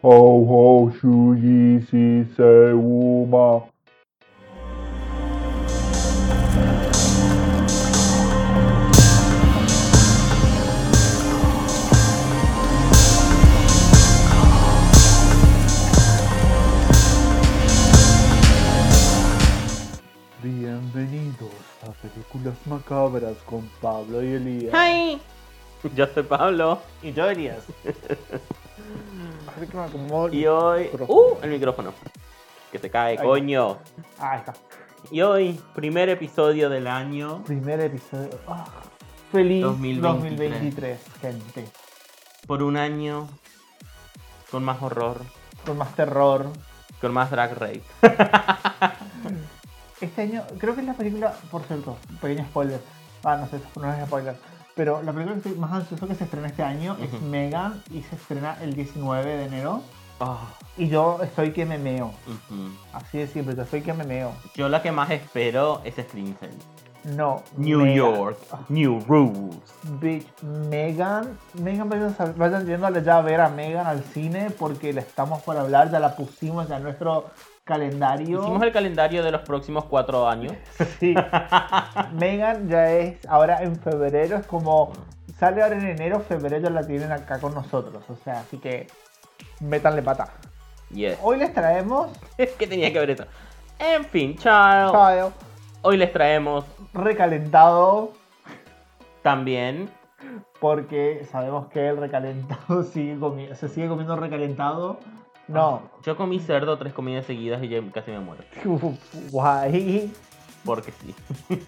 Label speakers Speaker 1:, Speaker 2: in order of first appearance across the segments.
Speaker 1: 吼吼，数一是谁无嘛？Bienvenidos a Películas Macabras con Pablo y Elías.
Speaker 2: ¡Ay!
Speaker 3: Yo soy Pablo
Speaker 4: Y yo Elías.
Speaker 1: Así que me acomodo el
Speaker 3: y hoy.
Speaker 1: micrófono.
Speaker 3: ¡Uh! El micrófono. Que se cae,
Speaker 4: Ahí.
Speaker 3: coño.
Speaker 4: Ah, está.
Speaker 3: Y hoy, primer episodio del año.
Speaker 4: Primer episodio. Ah, feliz
Speaker 3: 2023.
Speaker 4: 2023. gente.
Speaker 3: Por un año. Con más horror.
Speaker 4: Con más terror.
Speaker 3: Con más drag race.
Speaker 4: Este año, creo que es la película, por cierto, pequeño spoiler. Ah, no sé, no es spoiler. Pero la película que estoy más ansioso que se estrena este año es
Speaker 3: Ujú.
Speaker 4: Megan y se estrena el 19 de enero.
Speaker 3: Ah,
Speaker 4: Y yo estoy que me meo.
Speaker 3: ujú.
Speaker 4: Así de simple, yo estoy que me meo.
Speaker 3: Yo la que más espero es Spring Cell.
Speaker 4: No.
Speaker 3: New
Speaker 4: Megan.
Speaker 3: York. New Rules.
Speaker 4: Bitch, Megan, Megan, vayan, sal- vayan yéndole ya a ver a Megan al cine porque la estamos por hablar, ya la pusimos ya en nuestro calendario.
Speaker 3: Hicimos el calendario de los próximos cuatro años.
Speaker 4: Sí. Megan ya es ahora en febrero, es como sale ahora en enero, febrero la tienen acá con nosotros, o sea, así que métanle pata.
Speaker 3: Yes.
Speaker 4: Hoy les traemos,
Speaker 3: ¿Qué tenía que ver eso? En fin, chao.
Speaker 4: chao,
Speaker 3: Hoy les traemos
Speaker 4: recalentado,
Speaker 3: también.
Speaker 4: porque sabemos que el recalentado sigue comi- se sigue comiendo recalentado. No,
Speaker 3: Yo comí cerdo tres comidas seguidas y ya casi me muero.
Speaker 4: guay.
Speaker 3: Porque sí.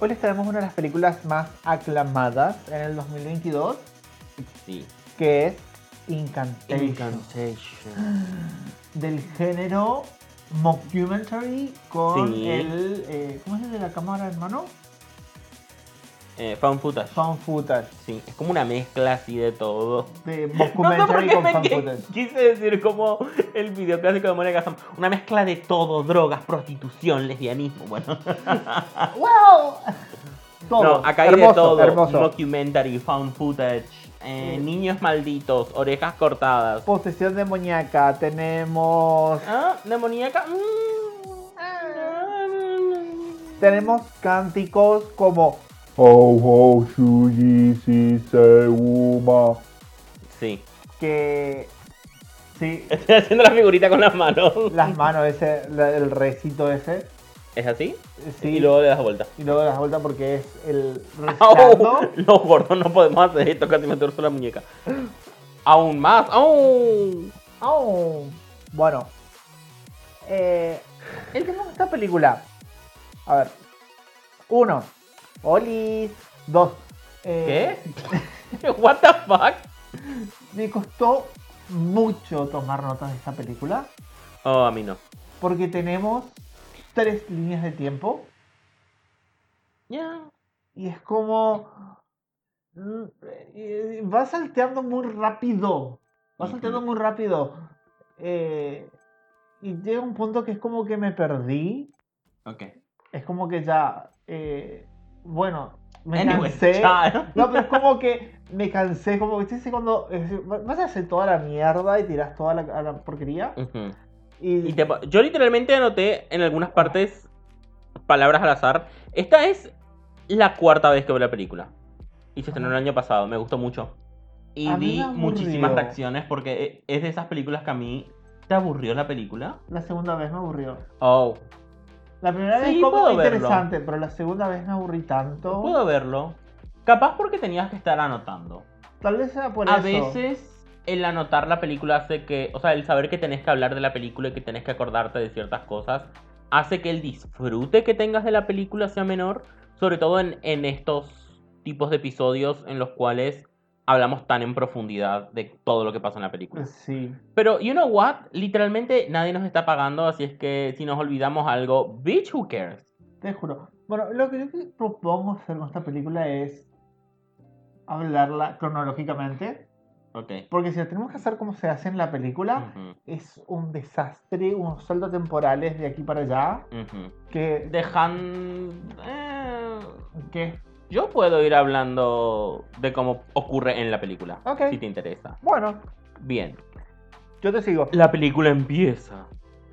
Speaker 4: Hoy les traemos una de las películas más aclamadas en el 2022,
Speaker 3: Sí.
Speaker 4: que es Incantation, del género mockumentary con
Speaker 3: Sí.
Speaker 4: el... eh, ¿Cómo es el de la cámara, hermano?
Speaker 3: Eh, found footage.
Speaker 4: Found footage.
Speaker 3: Sí, es como una mezcla así de todo.
Speaker 4: De
Speaker 3: No sé por
Speaker 4: mockumentary
Speaker 3: qué
Speaker 4: con
Speaker 3: me
Speaker 4: found
Speaker 3: que-
Speaker 4: footage.
Speaker 3: quise decir como el video clásico de Mónica Sam. Una mezcla de todo, drogas, prostitución, lesbianismo. Bueno,
Speaker 4: ¡Wow! Todo.
Speaker 3: no, acá hay
Speaker 4: hermoso,
Speaker 3: de todo.
Speaker 4: Hermoso.
Speaker 3: Documentary, found footage, eh,
Speaker 4: Sí.
Speaker 3: niños malditos, orejas cortadas.
Speaker 4: Posesión demoníaca, tenemos...
Speaker 3: Ah, demoníaca. Mm.
Speaker 4: Tenemos cánticos como...
Speaker 1: Ho ho, su yi si se u ma.
Speaker 3: Sí,
Speaker 4: que... Sí,
Speaker 3: estoy haciendo la figurita con las manos.
Speaker 4: las manos ese, la- el recito ese.
Speaker 3: ¿Es así?
Speaker 4: Sí.
Speaker 3: Y luego le das vuelta.
Speaker 4: y luego das vuelta porque es el recitando.
Speaker 3: ¡Au! Los gordos no podemos hacer esto, casi me torzo la muñeca. Aún más. ¡Au!
Speaker 4: Au. Bueno. Eh, el tema de esta película. A ver. Uno. Olis. Dos.
Speaker 3: ¿Qué?
Speaker 4: eh,
Speaker 3: ¿What the fuck?
Speaker 4: Me costó mucho tomar notas de esta película.
Speaker 3: Oh, a mí no.
Speaker 4: Porque tenemos tres líneas de tiempo.
Speaker 3: Ya.
Speaker 4: Y es como. mm, eh, Va salteando muy rápido. Va salteando muy rápido. Eh, y llega un punto que es como que me perdí.
Speaker 3: Ok.
Speaker 4: Es como que ya. eh, bueno, me
Speaker 3: Anyway,
Speaker 4: cansé.
Speaker 3: ya.
Speaker 4: No, pero es como que me cansé. Como que ¿viste? cuando. eh, Vas a hacer toda la mierda y tiras toda la, a la porquería.
Speaker 3: Ujú.
Speaker 4: Y,
Speaker 3: Y te pa- yo literalmente anoté en algunas partes palabras al azar. Esta es la cuarta vez que veo la película. Y se estrenó el año pasado, me gustó mucho. Y
Speaker 4: A mí
Speaker 3: vi
Speaker 4: me aburrió.
Speaker 3: muchísimas reacciones porque eh, es de esas películas que a mí... ¿Te aburrió la película?
Speaker 4: la segunda vez me aburrió.
Speaker 3: Oh,
Speaker 4: La primera
Speaker 3: Sí,
Speaker 4: vez como
Speaker 3: puedo verlo.
Speaker 4: interesante, pero la segunda vez me aburrí tanto.
Speaker 3: Puedo verlo. Capaz porque tenías que estar anotando.
Speaker 4: Tal vez sea por
Speaker 3: a
Speaker 4: eso.
Speaker 3: veces el anotar la película hace que, o sea, el saber que tenés que hablar de la película y que tenés que acordarte de ciertas cosas, hace que el disfrute que tengas de la película sea menor, sobre todo en, en estos tipos de episodios en los cuales hablamos tan en profundidad de todo lo que pasa en la película.
Speaker 4: Sí.
Speaker 3: Pero, you know what? Literalmente nadie nos está pagando, así es que si nos olvidamos algo, bitch, who cares?
Speaker 4: Te juro. Bueno, lo que yo te propongo hacer con esta película es hablarla cronológicamente.
Speaker 3: Ok.
Speaker 4: Porque si la tenemos que hacer como se hace en la película,
Speaker 3: Ujú,
Speaker 4: es un desastre, unos saltos temporales de aquí para allá.
Speaker 3: ujú.
Speaker 4: Que.
Speaker 3: Dejan... eh,
Speaker 4: que
Speaker 3: Yo puedo ir hablando de cómo ocurre en la película,
Speaker 4: Ok.
Speaker 3: si te interesa.
Speaker 4: bueno,
Speaker 3: Bien.
Speaker 1: Yo te sigo.
Speaker 3: La película empieza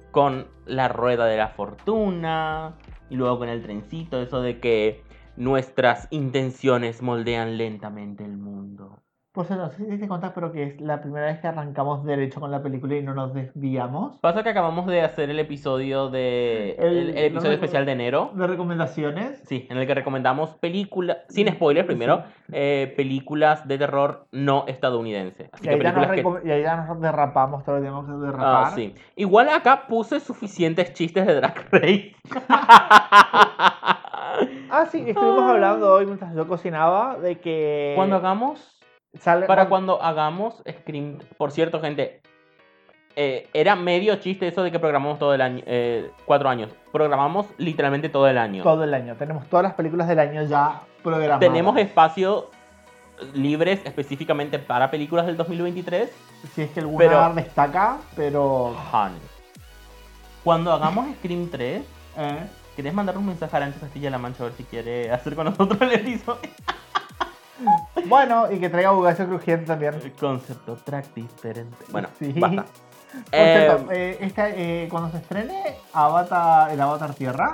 Speaker 3: con la rueda de la fortuna y luego con el trencito, eso de que nuestras intenciones moldean lentamente el mundo.
Speaker 4: Pues no sé si te diste cuenta, pero que es la primera vez que arrancamos derecho con la película y no nos desviamos.
Speaker 3: Pasa que acabamos de hacer el episodio de el,
Speaker 4: El-
Speaker 3: el
Speaker 4: no
Speaker 3: episodio
Speaker 4: me-
Speaker 3: especial de enero.
Speaker 4: De recomendaciones.
Speaker 3: Sí, en el que recomendamos películas, sin spoilers primero, eh, películas de terror no estadounidense. Así
Speaker 4: Y
Speaker 3: que
Speaker 4: ahí, ya nos
Speaker 3: películas que-
Speaker 4: recom- y ahí ya nos derrapamos todo lo que tenemos que derrapar.
Speaker 3: Ah, sí. Igual acá puse suficientes chistes de Drag Race.
Speaker 4: Ah, sí, estuvimos
Speaker 3: Ah.
Speaker 4: hablando hoy mientras yo cocinaba de que.
Speaker 3: Cuando hagamos
Speaker 4: sale-
Speaker 3: Para
Speaker 4: Eh, cuando-
Speaker 3: cuando hagamos Scream. Por cierto, gente. eh, era medio chiste eso de que programamos todo el año. eh, cuatro años. Programamos literalmente todo el año.
Speaker 4: Todo el año. Tenemos todas las películas del año ya programadas.
Speaker 3: Tenemos espacio eh, libres específicamente para películas del 2023.
Speaker 4: Si es que alguna
Speaker 3: pero-
Speaker 4: destaca, pero.
Speaker 3: Han. Cuando hagamos Scream 3,
Speaker 4: eh,
Speaker 3: ¿querés mandar un mensaje a Arancha Castilla-La Mancha a ver si quiere hacer con nosotros el episodio?
Speaker 4: Bueno, y que traiga bugazo crujiente también.
Speaker 3: El concepto track diferente. Bueno,
Speaker 4: Sí.
Speaker 3: basta.
Speaker 4: Por
Speaker 3: Eh,
Speaker 4: cierto, eh, esta, eh, cuando se estrene Avatar, el Avatar Tierra,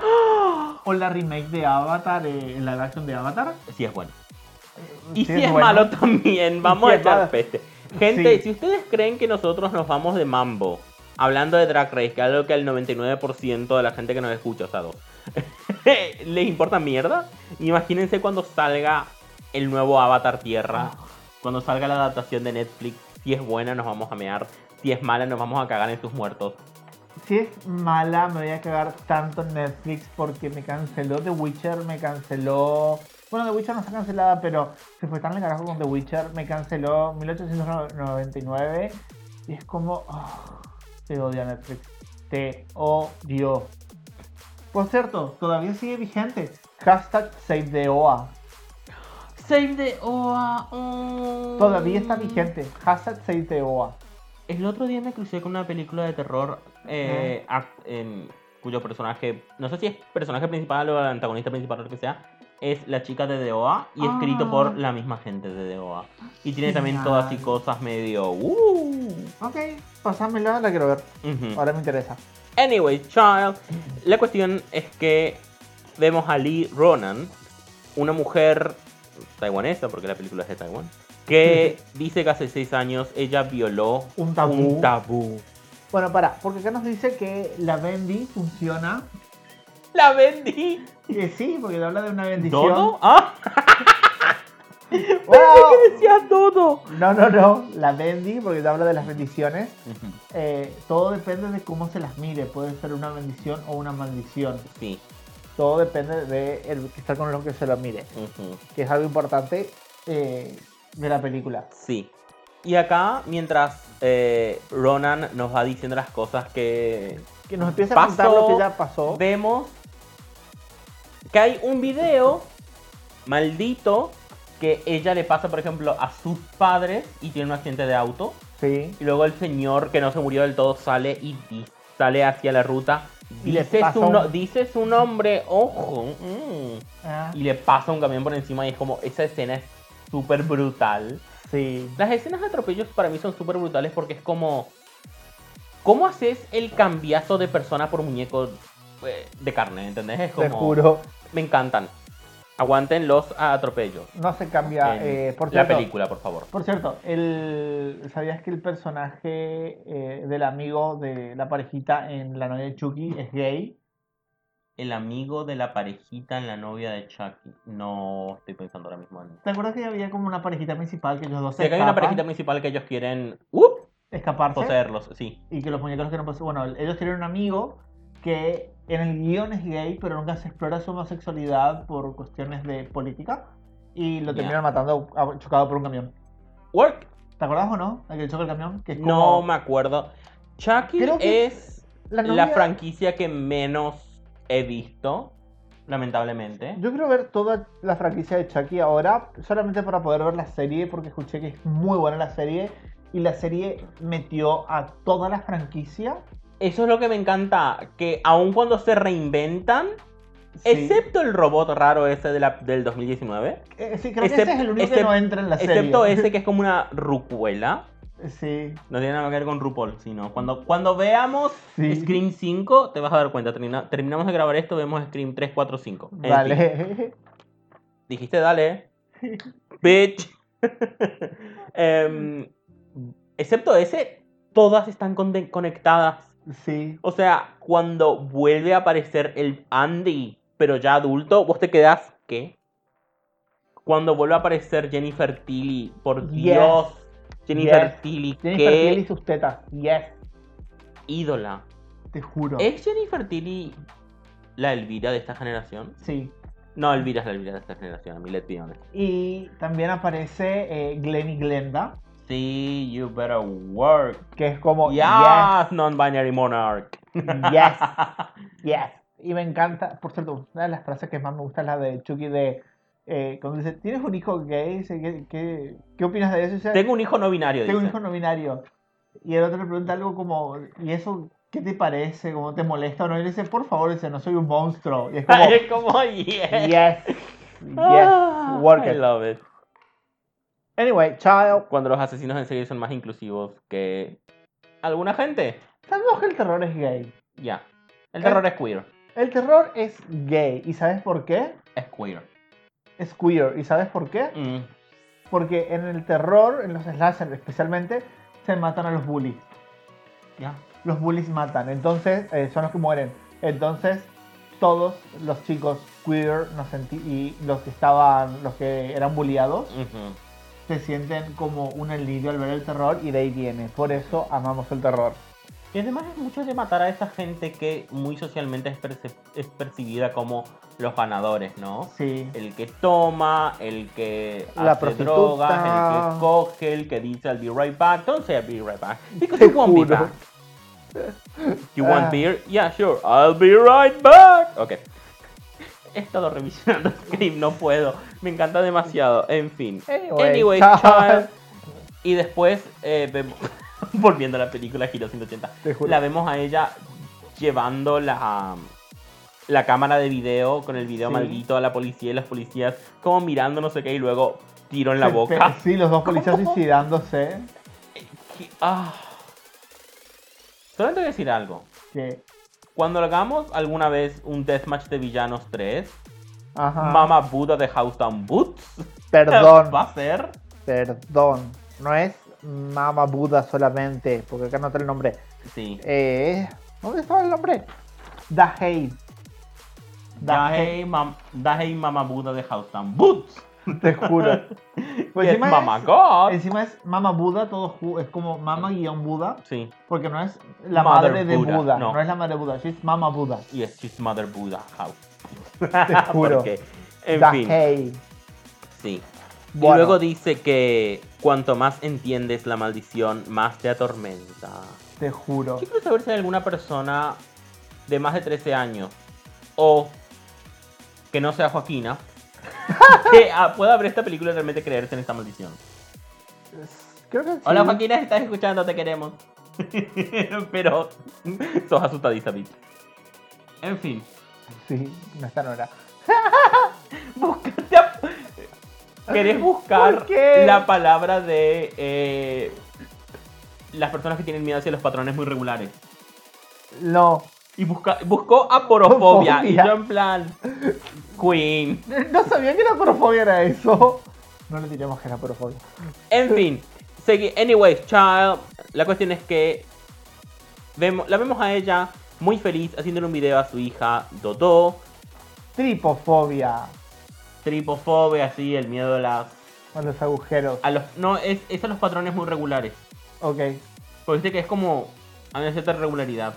Speaker 4: o la remake de Avatar, eh, la live action de Avatar.
Speaker 3: sí, es bueno.
Speaker 4: eh,
Speaker 3: Y
Speaker 4: sí
Speaker 3: si es,
Speaker 4: bueno.
Speaker 3: malo también, vamos
Speaker 4: si
Speaker 3: a
Speaker 4: es
Speaker 3: echar
Speaker 4: malo.
Speaker 3: peste. Gente,
Speaker 4: Sí.
Speaker 3: si ustedes creen que nosotros nos vamos de mambo, hablando de Drag Race, que es algo que al 99% de la gente que nos escucha, o sea, dos, les importa mierda, imagínense cuando salga el nuevo Avatar Tierra, cuando salga la adaptación de Netflix, si es buena nos vamos a mear, si es mala nos vamos a cagar en sus muertos.
Speaker 4: Si es mala, me voy a cagar tanto en Netflix porque me canceló The Witcher, me canceló. Bueno, The Witcher no está cancelada, pero se fue tan el carajo con The Witcher, me canceló 1899. Y es como. ah, te odio Netflix. Te odio. Por cierto, todavía sigue vigente. Hashtag Save the OA.
Speaker 3: Save the OA. mm.
Speaker 4: Todavía está vigente. Hashtag Save the OA.
Speaker 3: El otro día me crucé con una película de terror eh, act- en- cuyo personaje, no sé si es personaje principal o antagonista principal o lo que sea, es la chica de DOA y escrito
Speaker 4: Ah.
Speaker 3: por la misma gente de DOA. Y tiene también
Speaker 4: Genial.
Speaker 3: todas y cosas medio... Uh,
Speaker 4: Ok, pasámela, la quiero ver.
Speaker 3: ujú.
Speaker 4: Ahora me interesa.
Speaker 3: Anyway, child. La cuestión es que vemos a Lee Ronan, una mujer taiwanesa, porque la película es de Taiwán, que dice que hace seis años ella violó
Speaker 4: Un tabú.
Speaker 3: un tabú.
Speaker 4: Bueno, para, porque acá nos dice que la Bendy funciona.
Speaker 3: La vendí.
Speaker 4: Que sí, porque habla de una bendición.
Speaker 3: ¿Todo? Ah,
Speaker 4: ¡Wow!
Speaker 3: ¿qué decía todo?
Speaker 4: No, no, no. La Bendy, porque habla de las bendiciones. Eh, todo depende de cómo se las mire. Puede ser una bendición o una maldición.
Speaker 3: Sí.
Speaker 4: Todo depende de el que está con lo que se lo mire.
Speaker 3: ujú,
Speaker 4: Que es algo importante eh, de la película.
Speaker 3: Sí. Y acá, mientras eh, Ronan nos va diciendo las cosas que
Speaker 4: Que nos empieza
Speaker 3: Pasó
Speaker 4: a contar lo que ya pasó.
Speaker 3: vemos, que hay un video maldito que ella le pasa, por ejemplo, a sus padres y tiene un accidente de auto.
Speaker 4: Sí.
Speaker 3: Y luego el señor que no se murió del todo sale y di- sale hacia la ruta.
Speaker 4: Y le
Speaker 3: Dice
Speaker 4: pasa
Speaker 3: su,
Speaker 4: un-
Speaker 3: no- dice su nombre, ojo. mm.
Speaker 4: Ah,
Speaker 3: y le pasa un camión por encima y es como esa escena es súper brutal.
Speaker 4: sí.
Speaker 3: Las escenas de atropellos para mí son súper brutales porque es como ¿cómo haces el cambiazo de persona por muñeco eh, de carne? ¿Entendés? Es como
Speaker 4: Te juro.
Speaker 3: me encantan. Aguanten los atropellos.
Speaker 4: No se cambia.
Speaker 3: en
Speaker 4: eh, por
Speaker 3: la
Speaker 4: cierto,
Speaker 3: película, por favor.
Speaker 4: Por cierto, el, ¿sabías que el personaje eh, del amigo de la parejita en La novia de Chucky es gay?
Speaker 3: El amigo de la parejita en la novia de Chucky. No estoy pensando ahora mismo en.
Speaker 4: ¿Te acuerdas que había como una parejita principal que ellos dos se
Speaker 3: Sé que hay una
Speaker 4: escapan,
Speaker 3: parejita principal que ellos quieren ¡uh!
Speaker 4: escaparse
Speaker 3: poseerlos, sí.
Speaker 4: y que los muñecos que no poseen... Bueno, ellos tienen un amigo que en el guión es gay, pero nunca se explora su homosexualidad por cuestiones de política y lo
Speaker 3: Ya.
Speaker 4: terminan matando a- chocado por un camión.
Speaker 3: Work.
Speaker 4: ¿Te acordás o no? El que choca el camión. Que es como
Speaker 3: No me acuerdo. Chucky
Speaker 4: Creo que
Speaker 3: es
Speaker 4: la
Speaker 3: la
Speaker 4: novia-
Speaker 3: franquicia que menos he visto, lamentablemente.
Speaker 4: Yo quiero ver toda la franquicia de Chucky ahora, solamente para poder ver la serie, porque escuché que es muy buena la serie. Y la serie metió a toda la franquicia.
Speaker 3: Eso es lo que me encanta, que aun cuando se reinventan,
Speaker 4: Sí.
Speaker 3: excepto el robot raro ese de la- del 2019,
Speaker 4: Eh, sí, creo
Speaker 3: Excep-
Speaker 4: que ese es el único
Speaker 3: excep-
Speaker 4: que no entra en la serie.
Speaker 3: excepto ese que es como una rucuela,
Speaker 4: Sí.
Speaker 3: No tiene nada que ver con RuPaul, sino cuando, cuando veamos
Speaker 4: Sí.
Speaker 3: Scream 5, te vas a dar cuenta. Termina- terminamos de grabar esto, vemos Scream 3, 4, 5. En fin,
Speaker 4: Vale.
Speaker 3: dijiste dale. Bitch. Em, excepto ese, todas están conde- conectadas.
Speaker 4: Sí.
Speaker 3: O sea, cuando vuelve a aparecer el Andy, pero ya adulto, vos te quedás, ¿qué? Cuando vuelve a aparecer Jennifer Tilly, por
Speaker 4: Yes.
Speaker 3: Dios. Jennifer
Speaker 4: Yes.
Speaker 3: Tilly,
Speaker 4: Jennifer
Speaker 3: qué
Speaker 4: Tilly y sus tetas. Yes.
Speaker 3: ídola.
Speaker 4: Te juro.
Speaker 3: ¿Es Jennifer Tilly la Elvira de esta generación?
Speaker 4: Sí.
Speaker 3: No, Elvira es la Elvira de esta generación, a mí let's be honest.
Speaker 4: Y también aparece eh, Glenn y Glenda,
Speaker 3: Sí, you better work.
Speaker 4: que es como
Speaker 3: Oh, yes, non-binary monarch.
Speaker 4: yes, yes, yes. Y me encanta, por cierto, una de las frases que más me gusta es la de Chucky de eh, cuando dice, ¿tienes un hijo gay? Dice, ¿Qué, qué, qué opinas de eso? Y dice,
Speaker 3: Tengo un hijo no binario,
Speaker 4: Tengo un
Speaker 3: dice.
Speaker 4: hijo no binario. Y el otro le pregunta algo como, ¿y eso qué te parece? ¿Cómo te molesta o no? Y le dice, por favor, dice, no soy un monstruo. Y es como,
Speaker 3: Es como, yes.
Speaker 4: yes, yes,
Speaker 3: Ah,
Speaker 4: work
Speaker 3: I
Speaker 4: it.
Speaker 3: love it.
Speaker 4: Anyway, child.
Speaker 3: Cuando los asesinos en serie son más inclusivos que alguna gente.
Speaker 4: Sabemos que el terror es gay.
Speaker 3: Ya. El
Speaker 4: Eh.
Speaker 3: terror es queer.
Speaker 4: El terror es gay. ¿Y sabes por qué?
Speaker 3: Es queer.
Speaker 4: Es queer. ¿Y sabes por qué?
Speaker 3: Mm.
Speaker 4: Porque en el terror, en los slasher especialmente, se matan a los bullies.
Speaker 3: Ya.
Speaker 4: Los bullies matan. Entonces, eh, son los que mueren. Entonces, todos los chicos queer nos senti- y los que estaban, los que eran bulliados,
Speaker 3: Ujú.
Speaker 4: se sienten como un alivio al ver el terror y de ahí viene. Por eso amamos el terror.
Speaker 3: Y además es mucho de matar a esa gente que muy socialmente es, perce- es percibida como los ganadores, ¿no?
Speaker 4: Sí.
Speaker 3: El que toma, el que
Speaker 4: La
Speaker 3: hace
Speaker 4: prostituta.
Speaker 3: drogas, el que coge, el que dice I'll be right back. Don't say I'll be right back. Because you won't be
Speaker 4: juro.
Speaker 3: back. You want
Speaker 4: Ah.
Speaker 3: beer? Yeah, sure. I'll be right back. Ok. He estado revisionando Scream, no puedo. Me encanta demasiado. En fin.
Speaker 4: Anyway,
Speaker 3: Anyways,
Speaker 4: chao.
Speaker 3: child. Y después eh, vemos. Volviendo a la película Giro 180.
Speaker 4: Te juro.
Speaker 3: La vemos a ella llevando la, la cámara de video con el video
Speaker 4: Sí.
Speaker 3: maldito a la policía y las policías como mirando no sé qué y luego tiro en la
Speaker 4: Se pe-
Speaker 3: boca.
Speaker 4: Sí, los dos policías
Speaker 3: ¿Cómo?
Speaker 4: suicidándose.
Speaker 3: Que- ah. Solo te voy a decir algo.
Speaker 4: Que,
Speaker 3: Cuando hagamos alguna vez un deathmatch de villanos 3,
Speaker 4: ajá.
Speaker 3: Mama Buddha de House Down Boots,
Speaker 4: Ah. Perdón.
Speaker 3: va a ser
Speaker 4: Perdón, no es Mama Buda solamente, porque acá no está el nombre.
Speaker 3: sí.
Speaker 4: Eh, ¿Dónde estaba el nombre? The Hate.
Speaker 3: Dahei Mam- Dahei Mama Buddha de House Down Boots.
Speaker 4: Te juro. Pues
Speaker 3: que es
Speaker 4: encima
Speaker 3: Mama
Speaker 4: es-
Speaker 3: God.
Speaker 4: Encima es Mama Buda, todo ju- es como Mama guión Buda,
Speaker 3: Sí.
Speaker 4: porque no es la
Speaker 3: Mother
Speaker 4: madre de
Speaker 3: Buddha,
Speaker 4: Buda,
Speaker 3: no.
Speaker 4: no. es la madre de Buda, es Mama Buda.
Speaker 3: Y es She's Mother Buddha House.
Speaker 4: Te juro.
Speaker 3: Porque, en
Speaker 4: The
Speaker 3: fin.
Speaker 4: Hate.
Speaker 3: Sí.
Speaker 4: Bueno.
Speaker 3: Y luego dice que cuanto más entiendes la maldición, más te atormenta.
Speaker 4: Te juro.
Speaker 3: Yo quiero saber si hay alguna persona de más de 13 años o que no sea Joaquina que ah, pueda ver esta película y realmente creerse en esta maldición.
Speaker 4: Creo que sí.
Speaker 3: Hola Joaquina, si estás escuchando, te queremos. Pero sos asustadiza, bitch. En fin,
Speaker 4: Sí, no está en hora.
Speaker 3: búscate a- ¿Querés buscar
Speaker 4: ¿Por qué?
Speaker 3: la palabra de eh, las personas que tienen miedo hacia los patrones muy regulares?
Speaker 4: No.
Speaker 3: Y busca, buscó aporofobia. Y
Speaker 4: Fobia.
Speaker 3: yo en plan. Queen.
Speaker 4: No sabía que la porofobia era eso. No le diremos que era porofobia.
Speaker 3: En fin. Segui Anyways, child. La cuestión es que. Vemos, la vemos a ella muy feliz haciéndole un video a su hija Dodo.
Speaker 4: Tripofobia.
Speaker 3: Tripofobia, así, el miedo a las.
Speaker 4: O los agujeros.
Speaker 3: A los, no, es, es a los patrones muy regulares.
Speaker 4: Ok.
Speaker 3: Porque viste que es como. A una cierta regularidad.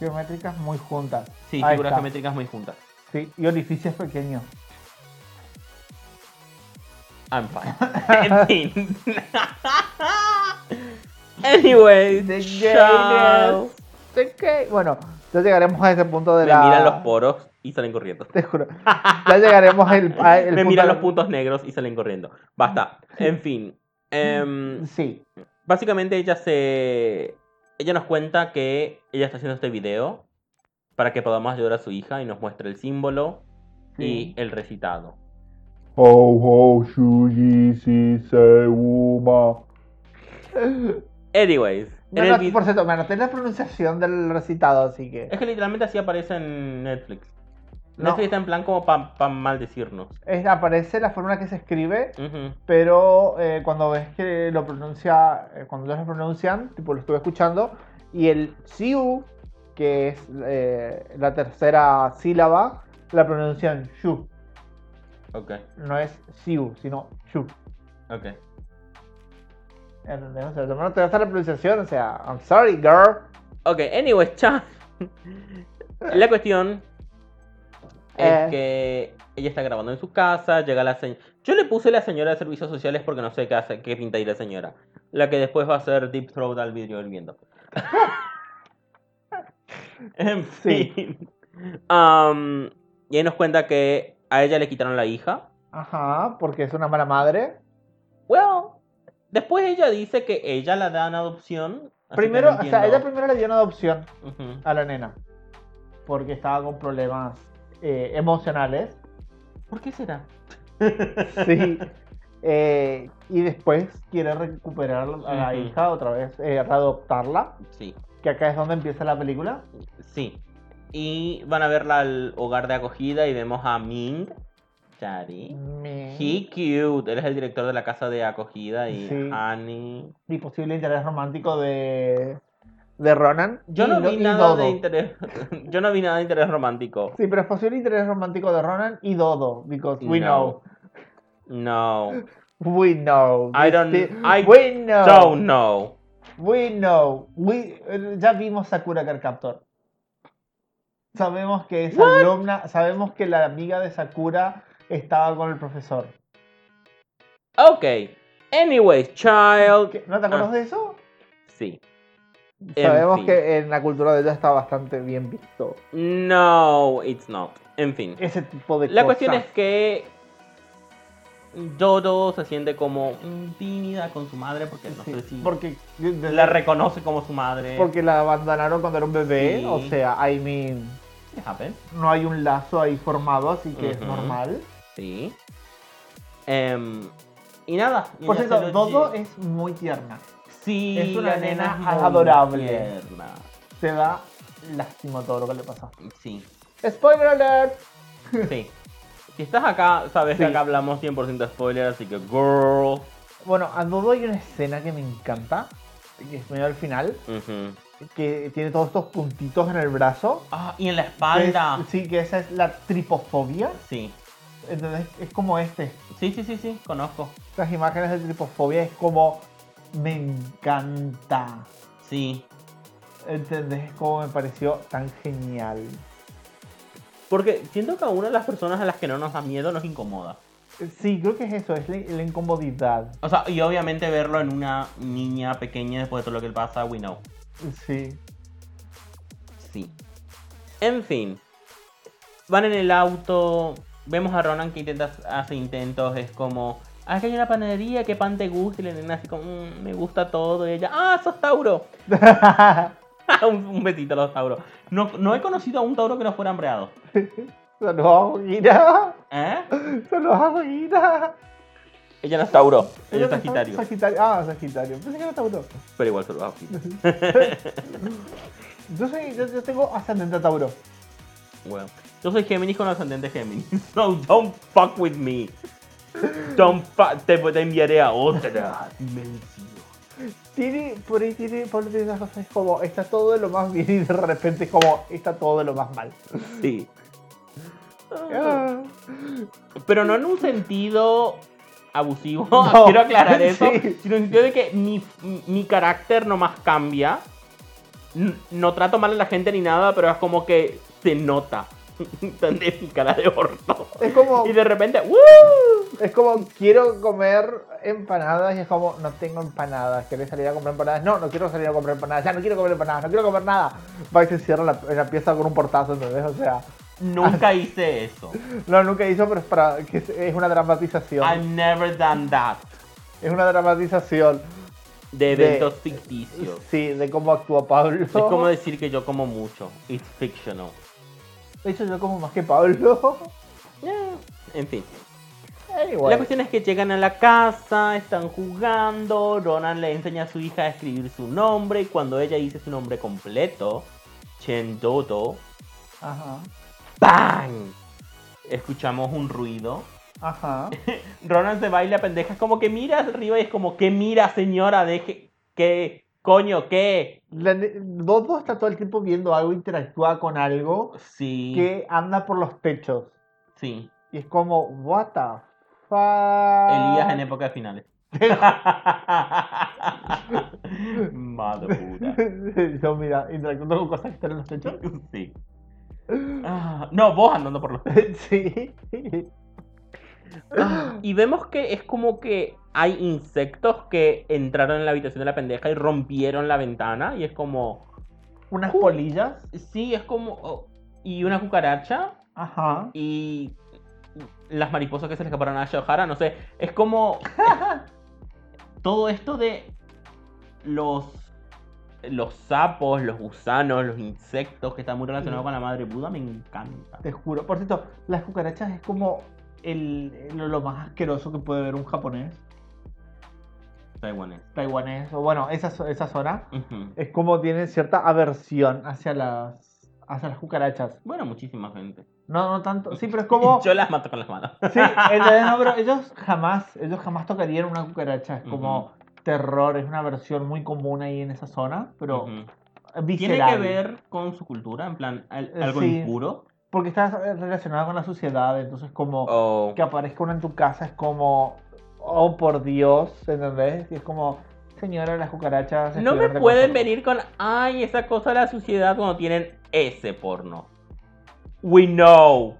Speaker 4: Geométricas muy juntas.
Speaker 3: Sí,
Speaker 4: Ahí
Speaker 3: figuras
Speaker 4: está.
Speaker 3: geométricas muy juntas.
Speaker 4: Sí, y orificios pequeños.
Speaker 3: I'm fine. en fin. Anyways,
Speaker 4: The
Speaker 3: chao.
Speaker 4: Ok, Bueno, ya llegaremos a ese punto de
Speaker 3: Me
Speaker 4: la.
Speaker 3: miran los poros y salen corriendo.
Speaker 4: Te juro. Ya llegaremos al. a- el
Speaker 3: Me
Speaker 4: punto
Speaker 3: miran
Speaker 4: de-
Speaker 3: los puntos negros y salen corriendo. Basta. En fin. Em,
Speaker 4: Sí.
Speaker 3: básicamente ella se. Ella nos cuenta que ella está haciendo este video para que podamos ayudar a su hija y nos muestra el símbolo
Speaker 4: Sí.
Speaker 3: y el recitado.
Speaker 1: Ho ho shuji si se uma.
Speaker 3: Anyways.
Speaker 4: Me
Speaker 3: en el
Speaker 4: anoté-
Speaker 3: vi-
Speaker 4: por cierto, me anoté la pronunciación del recitado, así que.
Speaker 3: Es que literalmente así aparece en Netflix.
Speaker 4: No.
Speaker 3: Netflix está en plan como para maldecirnos.
Speaker 4: Es- aparece la forma en la que se escribe,
Speaker 3: Ujú.
Speaker 4: pero eh, cuando ves que lo pronuncia, eh, cuando ellos lo pronuncian, tipo lo estuve escuchando, y el siu, que es eh, la tercera sílaba, la pronuncian shu.
Speaker 3: Ok,
Speaker 4: No es siu, sino shu.
Speaker 3: ok.
Speaker 4: ¿Entendés? O sea, no te gusta la pronunciación, o sea, I'm sorry, girl.
Speaker 3: Ok, anyways, cha. La cuestión
Speaker 4: Eh.
Speaker 3: es que ella está grabando en su casa, llega la señora. Yo le puse la señora de servicios sociales porque no sé qué hace, qué pinta ahí la señora. La que después va a hacer Deep Throat al vidrio hirviendo. en
Speaker 4: Sí.
Speaker 3: fin. Am, y ahí nos cuenta que a ella le quitaron la hija.
Speaker 4: Ajá, porque es una mala madre.
Speaker 3: Well, después ella dice que ella la da en adopción. así que
Speaker 4: Primero,
Speaker 3: no
Speaker 4: o sea, ella
Speaker 3: entiendo.
Speaker 4: primero le dio una adopción
Speaker 3: Ujú.
Speaker 4: a la nena, porque estaba con problemas eh, emocionales.
Speaker 3: ¿Por qué será?
Speaker 4: Sí. Eh, y después quiere recuperar a la
Speaker 3: Ujú.
Speaker 4: hija otra vez, eh, readoptarla,
Speaker 3: Sí.
Speaker 4: que acá es donde empieza la película.
Speaker 3: Sí. Y van a verla al hogar de acogida y vemos a Ming. Chari.
Speaker 4: Me-
Speaker 3: He cute. Él es el director de la casa de acogida y
Speaker 4: Sí.
Speaker 3: Annie.
Speaker 4: Y posible interés romántico de, de Ronan.
Speaker 3: Yo
Speaker 4: y
Speaker 3: no
Speaker 4: Do-
Speaker 3: vi
Speaker 4: y
Speaker 3: nada de
Speaker 4: Dodo.
Speaker 3: interés. Yo no vi nada de interés romántico.
Speaker 4: Sí, pero es posible interés romántico de Ronan y Dodo, because we
Speaker 3: No.
Speaker 4: know.
Speaker 3: No.
Speaker 4: We know.
Speaker 3: I don't-
Speaker 4: Este-
Speaker 3: I
Speaker 4: we know.
Speaker 3: Don't know.
Speaker 4: We know. We, eh, ya vimos Sakura Card Captor. Sabemos que es alumna, sabemos que la amiga de Sakura estaba con el profesor.
Speaker 3: Ok. Anyways, child.
Speaker 4: ¿Qué? ¿No te acuerdas de eso?
Speaker 3: Sí. Ah. En
Speaker 4: Sabemos
Speaker 3: fin.
Speaker 4: que en la cultura de ella está bastante bien visto
Speaker 3: No, it's not. En fin.
Speaker 4: ese tipo de
Speaker 3: La
Speaker 4: cosas.
Speaker 3: cuestión es que Dodo se siente como mm, tímida con su madre porque no
Speaker 4: Sí,
Speaker 3: sé si
Speaker 4: porque
Speaker 3: la reconoce como su madre.
Speaker 4: porque la abandonaron cuando era un bebé,
Speaker 3: Sí.
Speaker 4: o sea, I mean,
Speaker 3: It happened.
Speaker 4: no hay un lazo ahí formado, así que es
Speaker 3: Ujú.
Speaker 4: normal.
Speaker 3: Sí. Em, y nada. y
Speaker 4: Por
Speaker 3: ella
Speaker 4: cierto,
Speaker 3: se lo
Speaker 4: Dodo
Speaker 3: lle-
Speaker 4: es muy tierna.
Speaker 3: Sí,
Speaker 4: es una
Speaker 3: la
Speaker 4: nena
Speaker 3: es muy
Speaker 4: adorable.
Speaker 3: tierna.
Speaker 4: Te da lástima todo lo que le pasó.
Speaker 3: Sí,
Speaker 4: Spoiler alert.
Speaker 3: sí. Si estás acá, sabes que
Speaker 4: Sí.
Speaker 3: acá hablamos 100% spoiler, así que girl.
Speaker 4: Bueno, a Dodo hay una escena que me encanta, que es medio al final,
Speaker 3: Ujú.
Speaker 4: que tiene todos estos puntitos en el brazo.
Speaker 3: Ah, y en la
Speaker 4: que es-
Speaker 3: espalda.
Speaker 4: sí, que esa es la tripofobia.
Speaker 3: Sí.
Speaker 4: Entonces es como este.
Speaker 3: Sí, sí, sí, sí, conozco.
Speaker 4: Las imágenes de tripofobia es como me encanta.
Speaker 3: Sí.
Speaker 4: ¿Entendés? Es como me pareció tan genial.
Speaker 3: Porque siento que a una de las personas a las que no nos da miedo nos incomoda.
Speaker 4: Sí, creo que es eso, es la, la incomodidad.
Speaker 3: O sea, y obviamente verlo en una niña pequeña después de todo lo que le pasa, we know.
Speaker 4: Sí.
Speaker 3: Sí. En fin. Van en el auto. Vemos a Ronan que intenta, hace intentos. Es como. Ah, que hay una panadería, ¿qué pan te gusta? Y la nena así como, "Mm, me gusta todo. Y ella, ah, sos Tauro. un, un besito a los Tauros. No, no he conocido a un Tauro que no fuera hambreado.
Speaker 4: Saludos a Guira.
Speaker 3: ¿Eh?
Speaker 4: Saludos a Guira.
Speaker 3: Ella no es Tauro, ella es Sagitario.
Speaker 4: Sagitario. Ah, Sagitario. Pensé que era Tauro.
Speaker 3: Pero igual ah, se lo bautiza.
Speaker 4: Yo, soy, yo, yo tengo ascendente a Tauro.
Speaker 3: Bueno, yo soy Géminis con ascendente Géminis. So don't fuck with me. Don't fuck. Te, te enviaré a otra dimensión.
Speaker 4: Tiene, por ahí tiene, Pablo tiene esas cosas es como, está todo de lo más bien y de repente es como, está todo de lo más mal.
Speaker 3: Sí.
Speaker 4: Ah.
Speaker 3: Pero no en un sentido abusivo.
Speaker 4: No,
Speaker 3: quiero aclarar eso.
Speaker 4: sí.
Speaker 3: Sino en el sentido de que mi, mi carácter nomás cambia. N- No trato mal a la gente ni nada, pero es como que se nota. ¿Entendés? Mi cara de orto.
Speaker 4: Es como,
Speaker 3: Y de repente, ¡uh! ¡woo!
Speaker 4: es como, quiero comer empanadas y es como, no tengo empanadas, ¿querés salir a comprar empanadas? No, no quiero salir a comprar empanadas, ya no quiero comer empanadas, no quiero comer nada. Va y se cierra la, en la pieza con un portazo, ¿entendés? O sea,
Speaker 3: Nunca hice eso.
Speaker 4: no, nunca hizo, pero es, para, que es- es una dramatización.
Speaker 3: I've never done that.
Speaker 4: Es una dramatización,
Speaker 3: De
Speaker 4: De-
Speaker 3: eventos ficticios.
Speaker 4: sí, de cómo actúa Pablo.
Speaker 3: Es como decir que yo como mucho. It's fictional.
Speaker 4: De hecho, yo como más que Pablo.
Speaker 3: En fin.
Speaker 4: Anyway.
Speaker 3: La cuestión es que llegan a la casa, están jugando, Ronan le enseña a su hija a escribir su nombre y cuando ella dice su nombre completo, Chendodo,
Speaker 4: Ajá.
Speaker 3: ¡bang! Escuchamos un ruido.
Speaker 4: Ajá.
Speaker 3: Ronan se baila pendeja, es como que mira arriba y es como que mira señora, deje, que, coño, que.
Speaker 4: La ne- Dodo está todo el tiempo viendo algo, interactúa con algo
Speaker 3: Sí,
Speaker 4: que anda por los techos.
Speaker 3: sí.
Speaker 4: Y es como, what the fuck.
Speaker 3: Elías en época de finales. Madre puta.
Speaker 4: Yo, mira, interactuando con cosas que están en los techos.
Speaker 3: Sí. Ah, no, vos andando por los
Speaker 4: sí.
Speaker 3: Y vemos que es como que hay insectos que entraron en la habitación de la pendeja y rompieron la ventana. Y es como.
Speaker 4: Unas polillas.
Speaker 3: Sí, es como. oh, y una cucaracha.
Speaker 4: Ajá.
Speaker 3: Y. Las mariposas que se le escaparon a Shohara, no sé. Es como. todo esto de. Los. Los sapos, los gusanos, los insectos que están muy relacionados con la madre Buda me encanta.
Speaker 4: Te juro. Por cierto, las cucarachas es como el, el- lo más asqueroso que puede ver un japonés,
Speaker 3: Taiwanés.
Speaker 4: taiwanés, o bueno, esa, zo- esa zona.
Speaker 3: Ujú.
Speaker 4: Es como tienen cierta aversión hacia las, hacia las cucarachas.
Speaker 3: Bueno, muchísima gente.
Speaker 4: No, no tanto. Sí, pero es como.
Speaker 3: Yo las mato con las manos.
Speaker 4: Sí, entonces, no, pero ellos jamás, ellos jamás tocarían una cucaracha. Es como terror, es una versión muy común ahí en esa zona,
Speaker 3: Ujú.
Speaker 4: pero
Speaker 3: Tiene
Speaker 4: visceral.
Speaker 3: que ver con su cultura, en plan, al-
Speaker 4: Eh,
Speaker 3: algo
Speaker 4: sí.
Speaker 3: impuro.
Speaker 4: Porque está relacionado con la suciedad, entonces como
Speaker 3: O
Speaker 4: que aparezca una en tu casa es como, oh por Dios, ¿entendés? Y es como, señora, las cucarachas.
Speaker 3: No me
Speaker 4: estuvieron de
Speaker 3: pueden
Speaker 4: conserva.
Speaker 3: venir con, ay, esa cosa de la suciedad cuando tienen ese porno. Ah. We know.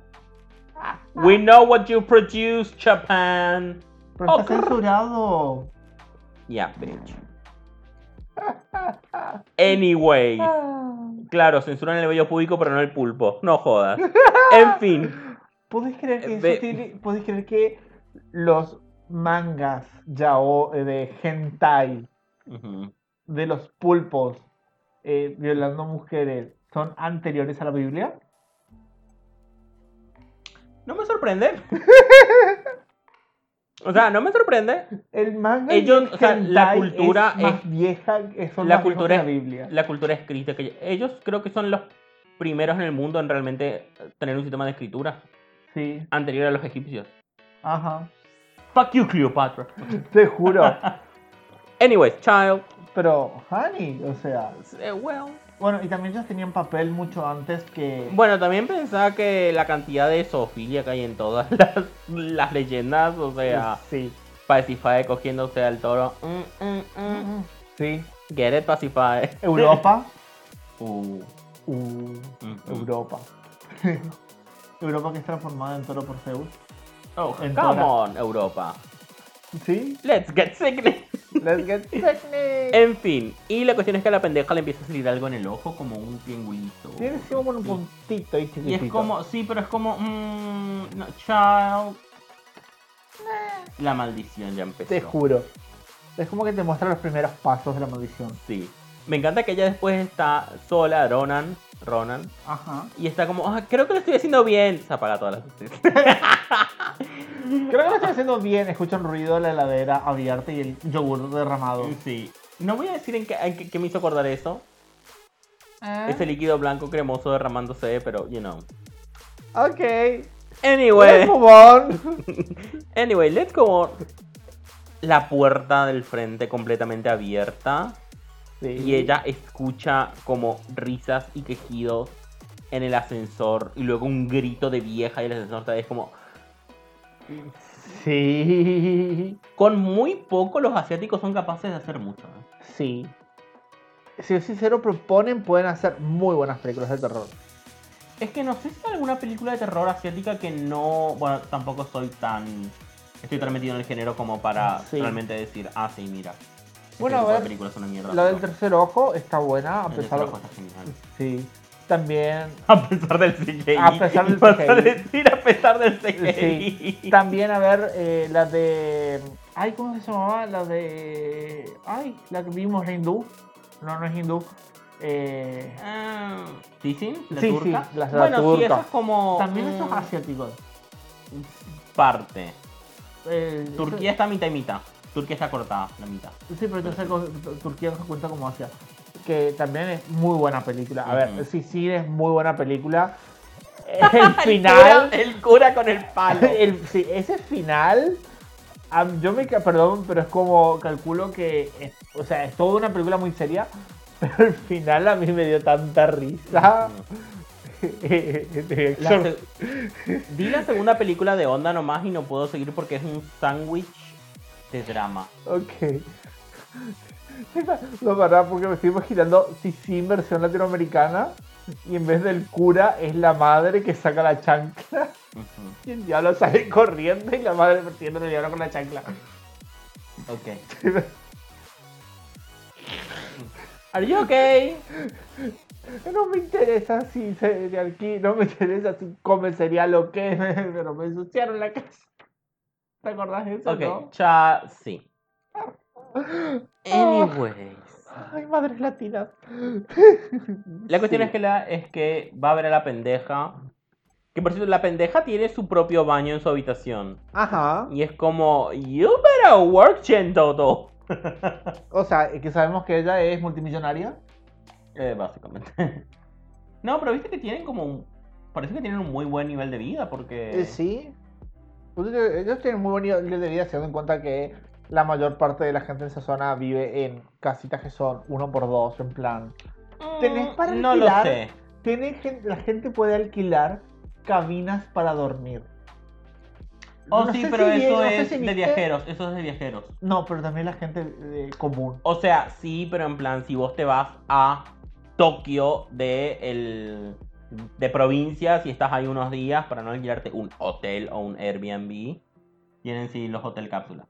Speaker 3: We know what you produce, Japan.
Speaker 4: Pero
Speaker 3: Oh,
Speaker 4: está
Speaker 3: crrr.
Speaker 4: censurado.
Speaker 3: Yeah, bitch. Anyways.
Speaker 4: Ah.
Speaker 3: Claro, censuran el vello público, pero no el pulpo. No jodas. En fin.
Speaker 4: ¿Podés creer que
Speaker 3: Eh,
Speaker 4: eso
Speaker 3: ve-
Speaker 4: tiene- podés creer que los mangas yao eh, de hentai
Speaker 3: Ujú.
Speaker 4: de los pulpos eh, violando mujeres son anteriores a la Biblia?
Speaker 3: No me sorprende. O sea, no me sorprende.
Speaker 4: El manga
Speaker 3: Ellos-
Speaker 4: y el
Speaker 3: o sea, la
Speaker 4: hentai
Speaker 3: cultura
Speaker 4: es más
Speaker 3: es-
Speaker 4: vieja, eh, son
Speaker 3: la
Speaker 4: más viejos que
Speaker 3: cultura
Speaker 4: la
Speaker 3: es-
Speaker 4: Biblia.
Speaker 3: la cultura escrita. Que ellos creo que son los primeros en el mundo en realmente tener un sistema de escritura
Speaker 4: Sí,
Speaker 3: anterior a los egipcios.
Speaker 4: ajá.
Speaker 3: Fuck you, Cleopatra.
Speaker 4: Te juro.
Speaker 3: Anyways, child.
Speaker 4: Pero, honey, o sea.
Speaker 3: eh, well.
Speaker 4: Bueno, y también ellos tenían papel mucho antes que.
Speaker 3: Bueno, también pensaba que la cantidad de zoofilia que hay en todas las, las leyendas, o sea,
Speaker 4: Sí.
Speaker 3: Pacify cogiéndose al toro. Mm, mm, mm.
Speaker 4: Sí.
Speaker 3: Get it, Pacify.
Speaker 4: Europa.
Speaker 3: Uh, mm,
Speaker 4: Uh,
Speaker 3: ujú.
Speaker 4: Europa. Europa que es transformada en toro por Zeus.
Speaker 3: Oh,
Speaker 4: En
Speaker 3: come
Speaker 4: todas.
Speaker 3: on, Europa.
Speaker 4: Sí.
Speaker 3: Let's get sick.
Speaker 4: Let's get technique.
Speaker 3: En fin, y la cuestión es que a la pendeja le empieza a salir algo en el ojo, como un triangulito.
Speaker 4: Tiene así como un
Speaker 3: Sí.
Speaker 4: puntito ahí chiquitito.
Speaker 3: Y es como, sí, pero es como, mmm, no, child. La maldición ya empezó.
Speaker 4: Te juro. Es como que te muestra los primeros pasos de la maldición.
Speaker 3: Sí. Me encanta que ella después está sola, Ronan, Ronan,
Speaker 4: Ajá.
Speaker 3: y está como, ah, creo que lo estoy haciendo bien. Se apaga todas las luces.
Speaker 4: Creo que lo estoy haciendo bien. Escucho un ruido de la heladera abierta y el yogur derramado.
Speaker 3: Sí. No voy a decir en qué, en qué- qué me hizo acordar eso.
Speaker 4: Ah.
Speaker 3: Ese líquido blanco cremoso derramándose, pero, you know.
Speaker 4: Ok.
Speaker 3: Anyway.
Speaker 4: Move on.
Speaker 3: Anyway, let's go. on. La puerta del frente completamente abierta.
Speaker 4: Sí.
Speaker 3: Y ella escucha como risas y quejidos en el ascensor. Y luego un grito de vieja y el ascensor está es como.
Speaker 4: Sí.
Speaker 3: Con muy poco los asiáticos son capaces de hacer mucho. ¿eh?
Speaker 4: Sí. Si es sincero, proponen, pueden hacer muy buenas películas de terror.
Speaker 3: Es que no sé si hay alguna película de terror asiática que no. Bueno, tampoco soy tan. Estoy tan metido en el género como para
Speaker 4: Sí.
Speaker 3: realmente decir, ah, sí, mira. este
Speaker 4: Bueno, a
Speaker 3: tipo de
Speaker 4: ver,
Speaker 3: película es una mierda.
Speaker 4: La del
Speaker 3: pero
Speaker 4: tercer ojo está buena, a
Speaker 3: el
Speaker 4: pesar
Speaker 3: trabajo está genial.
Speaker 4: Sí. También.
Speaker 3: A pesar del CGI.
Speaker 4: A pesar del
Speaker 3: Vas a
Speaker 4: CGI.
Speaker 3: decir a pesar del CGI.
Speaker 4: También, a ver, eh, la de. Ay, ¿cómo se llamaba? La de. Ay, la que vimos, la hindú. No, no es hindú. Eh,
Speaker 3: Ah, ¿Sí, sí? ¿La
Speaker 4: Sí,
Speaker 3: turca?
Speaker 4: sí, la- la
Speaker 3: bueno, sí,
Speaker 4: turca.
Speaker 3: mm, eso es como...
Speaker 4: también
Speaker 3: mm,
Speaker 4: esos asiáticos.
Speaker 3: Parte.
Speaker 4: eh,
Speaker 3: Turquía está mitad y mitad. Turquía está cortada, la mitad.
Speaker 4: Sí, pero entonces con- Turquía se cuenta como Asia. Que también es muy buena película. A ver,
Speaker 3: Ujú.
Speaker 4: sí, sí, es muy buena película. El final.
Speaker 3: cura- el cura con el palo.
Speaker 4: el- sí, ese final. am, yo me. ca- Perdón, pero es como. Calculo que. es- o sea, es toda una película muy seria. Pero el final a mí me dio tanta risa. Eh, De
Speaker 3: La
Speaker 4: Exor-
Speaker 3: se- Vi la segunda película de Onda nomás y no puedo seguir porque es un sándwich de drama.
Speaker 4: Ok. Lo verdad, porque me estoy imaginando si sin versión latinoamericana y en vez del cura es la madre que saca la chancla
Speaker 3: Ujú,
Speaker 4: y el diablo sale corriendo y la madre persiguiendo al diablo con la chancla.
Speaker 3: Ok.
Speaker 4: Era
Speaker 3: Are you okay?
Speaker 4: No me interesa si se de aquí, no me interesa si come cereal o qué, pero me ensuciaron la casa. ¿Te acordás de eso?
Speaker 3: Ok,
Speaker 4: no?
Speaker 3: cha... sí. Anyways.
Speaker 4: Ay, madres latinas.
Speaker 3: La cuestión
Speaker 4: Sí.
Speaker 3: es que la es que va a ver a la pendeja. Que por cierto, la pendeja tiene su propio baño en su habitación.
Speaker 4: Ajá.
Speaker 3: Y es como, you better work, Chentoto.
Speaker 4: O sea, que sabemos que ella es multimillonaria.
Speaker 3: Eh, básicamente. No, pero viste que tienen como un... Parece que tienen un muy buen nivel de vida porque...
Speaker 4: Eh, sí. Pues Ellos ellos tienen muy buen nivel de vida, teniendo en cuenta que la mayor parte de la gente en esa zona vive en casitas que son uno por dos, en plan.
Speaker 3: Mm,
Speaker 4: ¿Tenés para
Speaker 3: No lo
Speaker 4: alquilar?
Speaker 3: sé.
Speaker 4: Tiene gen- la gente puede alquilar cabinas para dormir.
Speaker 3: Oh,
Speaker 4: No
Speaker 3: sí,
Speaker 4: sé
Speaker 3: pero
Speaker 4: si bien-
Speaker 3: eso
Speaker 4: no sé
Speaker 3: es
Speaker 4: si
Speaker 3: de
Speaker 4: viste-
Speaker 3: viajeros. Eso es de viajeros.
Speaker 4: No, pero también la gente eh, común.
Speaker 3: O sea, sí, pero en plan, si vos te vas a Tokio de, el, de provincia, si estás ahí unos días para no alquilarte un hotel o un Airbnb, tienen sí los hotel cápsula.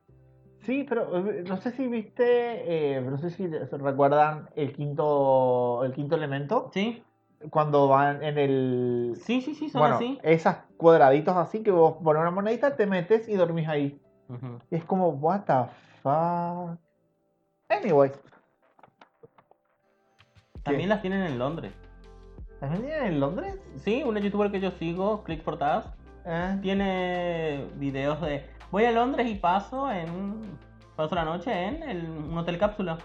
Speaker 4: Sí, pero eh, no sé si viste, eh, no sé si se recuerdan el quinto, el quinto elemento,
Speaker 3: ¿Sí?
Speaker 4: cuando van en el,
Speaker 3: Sí, sí, sí, son
Speaker 4: bueno, eh,
Speaker 3: así.
Speaker 4: esas cuadraditos así que vos pones una monedita, te metes y dormís ahí.
Speaker 3: Ujú.
Speaker 4: Y es como, what the fuck. Anyway,
Speaker 3: También las tienen en Londres.
Speaker 4: ¿también tienen en Londres?
Speaker 3: Sí, una youtuber que yo sigo, Click for Task,
Speaker 4: Eh,
Speaker 3: tiene videos de voy a Londres y paso en paso la noche en el- un hotel cápsula.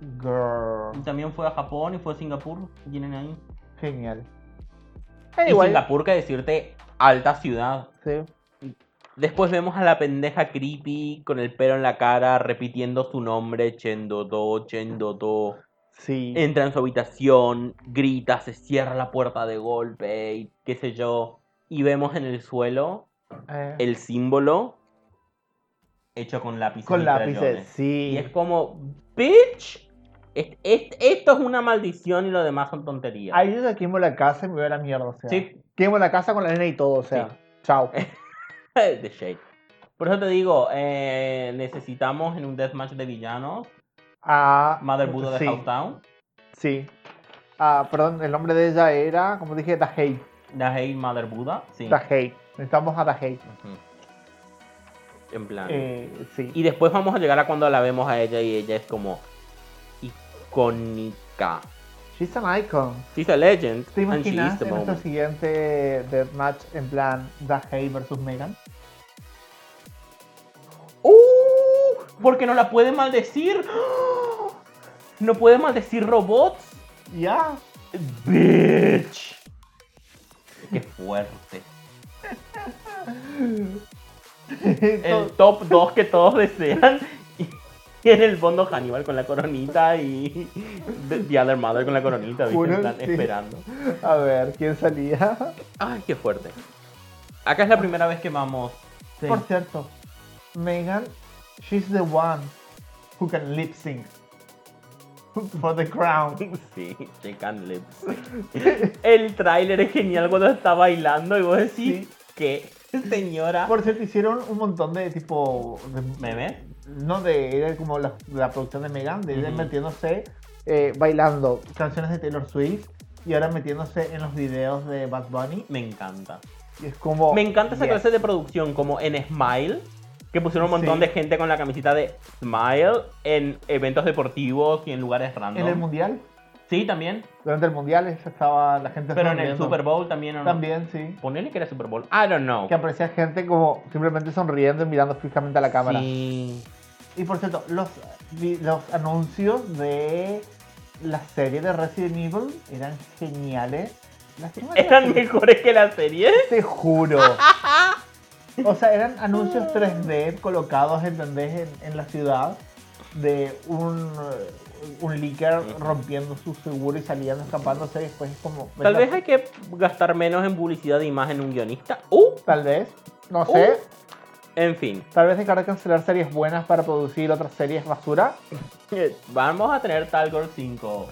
Speaker 3: Y
Speaker 4: girl.
Speaker 3: también fue a Japón y fue a Singapur. y Tienen ahí.
Speaker 4: Genial.
Speaker 3: Y
Speaker 4: Anyway,
Speaker 3: Singapur, que decirte, alta ciudad.
Speaker 4: sí.
Speaker 3: Después vemos a la pendeja creepy con el pelo en la cara repitiendo su nombre, Chendoto, Chendoto.
Speaker 4: sí.
Speaker 3: Entra en su habitación, grita, se cierra la puerta de golpe y qué sé yo. Y vemos en el suelo
Speaker 4: eh,
Speaker 3: el símbolo hecho con lápices. y
Speaker 4: con lápices,
Speaker 3: crayones. Y
Speaker 4: sí.
Speaker 3: es como, bitch, es- es- esto es una maldición y lo demás son tonterías.
Speaker 4: Ahí yo ya quemo la casa y me voy a la mierda, o sea.
Speaker 3: Sí.
Speaker 4: Quemo la casa con la nena y todo, o sea.
Speaker 3: Sí.
Speaker 4: Chao.
Speaker 3: de Shade. Por eso te digo, eh, necesitamos en un deathmatch de villanos
Speaker 4: Ah,
Speaker 3: Mother Buddha de
Speaker 4: sí,
Speaker 3: Housetown.
Speaker 4: Sí. Ah, perdón, el nombre de ella era, como dije, The Hate.
Speaker 3: The Hate Mother Buddha. Sí.
Speaker 4: The Hate. Necesitamos a The Hate.
Speaker 3: Ujú. En plan.
Speaker 4: Eh, sí.
Speaker 3: Y después vamos a llegar a cuando la vemos a ella y ella es como icónica.
Speaker 4: She's an icon.
Speaker 3: She's a legend.
Speaker 4: ¿Te
Speaker 3: and she is
Speaker 4: imaginas
Speaker 3: the
Speaker 4: en nuestro
Speaker 3: moment.
Speaker 4: siguiente deathmatch en plan The Hay versus Megan?
Speaker 3: ¡Uh! Porque no la puede maldecir. ¡Oh! No puede maldecir robots.
Speaker 4: Ya.
Speaker 3: Bitch. Qué fuerte. el
Speaker 4: Entonces,
Speaker 3: top 2 que todos desean. Y en el fondo Hannibal con la coronita y The, The Other Mother con la coronita, ¿viste?
Speaker 4: Juro,
Speaker 3: En plan,
Speaker 4: sí.
Speaker 3: esperando.
Speaker 4: A ver, ¿quién salía?
Speaker 3: Ay, qué fuerte. Acá es la primera vez que vamos.
Speaker 4: Por cierto, Megan, she's the one who can lip sync for the crown.
Speaker 3: Sí, she can lips. El tráiler es genial cuando está bailando y vos decís
Speaker 4: Sí.
Speaker 3: que señora.
Speaker 4: Por cierto, hicieron un montón de tipo. De,
Speaker 3: ¿Meme?
Speaker 4: No, de era como la, la producción de Megan, de ella
Speaker 3: Ujú.
Speaker 4: metiéndose eh, bailando canciones de Taylor Swift y ahora metiéndose en los videos de Bad Bunny.
Speaker 3: Me encanta.
Speaker 4: Y es como.
Speaker 3: Me encanta esa
Speaker 4: yes.
Speaker 3: clase de producción como en Smile, que pusieron un montón
Speaker 4: Sí.
Speaker 3: de gente con la camiseta de Smile en eventos deportivos y en lugares
Speaker 4: En el
Speaker 3: random.
Speaker 4: mundial.
Speaker 3: Sí, también.
Speaker 4: Durante el mundial esa estaba la gente.
Speaker 3: Pero en el
Speaker 4: sonriendo.
Speaker 3: Super Bowl también. ¿o no?
Speaker 4: También, sí.
Speaker 3: Ponele que era Super Bowl. I don't know.
Speaker 4: Que aparecía gente como simplemente sonriendo y mirando fijamente a la cámara.
Speaker 3: Sí.
Speaker 4: Y por cierto, los, vi- los anuncios de la serie de Resident Evil eran geniales. Lástima que la
Speaker 3: ¿Eran
Speaker 4: serie-
Speaker 3: mejores que la serie?
Speaker 4: Te juro. O sea, eran anuncios 3D colocados, ¿entendés? En, en la ciudad de un, eh, un leaker rompiendo su seguro y saliendo, escapándose. Y después es como.
Speaker 3: Tal vez hay que gastar menos en publicidad de imagen un guionista. ¡Uh!
Speaker 4: Tal vez. No sé.
Speaker 3: En fin,
Speaker 4: Tal vez dejar de cancelar series buenas para producir otras series basura.
Speaker 3: vamos a tener Talgor 5.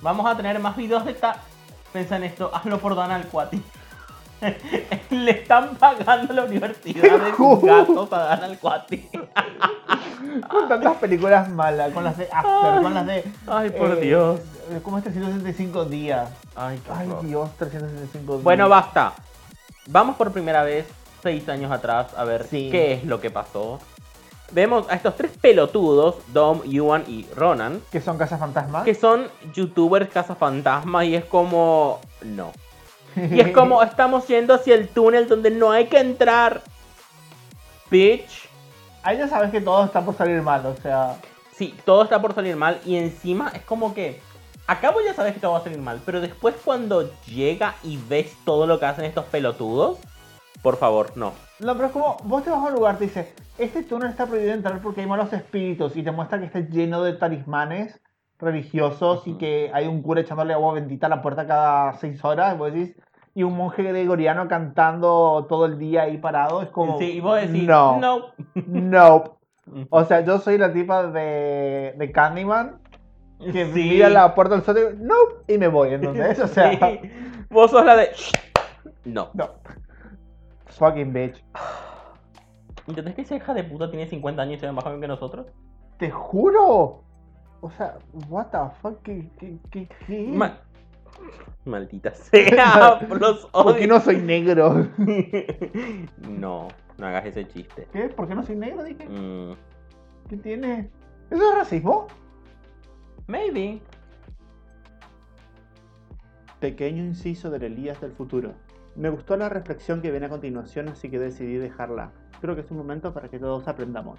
Speaker 3: Vamos a tener más videos de tal. Pensa en esto, hazlo por Donald Quati. Le están pagando la universidad de sus gatos a Donald Quati.
Speaker 4: Con tantas películas malas, con las de After,
Speaker 3: Ay.
Speaker 4: con las de.
Speaker 3: Ay, por Dios.
Speaker 4: eh, ¿Cómo es 365 días?
Speaker 3: Ay, qué
Speaker 4: Ay,
Speaker 3: horror.
Speaker 4: Dios, 365 días.
Speaker 3: Bueno, basta. Vamos por primera vez seis años atrás a ver
Speaker 4: Sí.
Speaker 3: qué es lo que pasó. Vemos a estos tres pelotudos, Dom, Yuan y Ronan,
Speaker 4: Que son Casas Fantasmas.
Speaker 3: que son youtubers cazafantasmas y es como... No. Y es como estamos yendo hacia el túnel donde no hay que entrar. Bitch.
Speaker 4: Ahí ya sabes que todo está por salir mal, o sea.
Speaker 3: Sí, todo está por salir mal y encima es como que... Acabo ya sabes que todo va a salir mal, pero después cuando llega y ves todo lo que hacen estos pelotudos, por favor, no.
Speaker 4: No, pero es como, vos te vas a un lugar, te dice, este túnel está prohibido entrar porque hay malos espíritus y te muestra que está lleno de talismanes religiosos y
Speaker 3: Ujú.
Speaker 4: que hay un cura echándole agua bendita a la puerta cada seis horas, y vos decís, y un monje gregoriano cantando todo el día ahí parado, es como,
Speaker 3: Sí, y vos decís,
Speaker 4: no, no.
Speaker 3: no.
Speaker 4: O sea, yo soy la tipa de, de Candyman que
Speaker 3: Sí.
Speaker 4: mira la puerta del sótano, no, y me voy, entonces, o sea,
Speaker 3: Sí. Vos sos la de. No.
Speaker 4: no. Fucking bitch.
Speaker 3: ¿Entendés que esa hija de puta tiene 50 años y se ve más joven que nosotros?
Speaker 4: Te juro. O sea, what the fuck, ¿qué, qué, qué, qué?
Speaker 3: Ma- Maldita sea, los
Speaker 4: ¿Por qué
Speaker 3: odio.
Speaker 4: no soy negro?
Speaker 3: no, no hagas ese chiste.
Speaker 4: ¿Qué? ¿Por qué no soy negro? Dije,
Speaker 3: Mm,
Speaker 4: ¿qué tiene? ¿Eso es racismo?
Speaker 3: maybe.
Speaker 2: Pequeño inciso del Elías del futuro. Me gustó la reflexión que viene a continuación, así que decidí dejarla. Creo que es un momento para que todos aprendamos.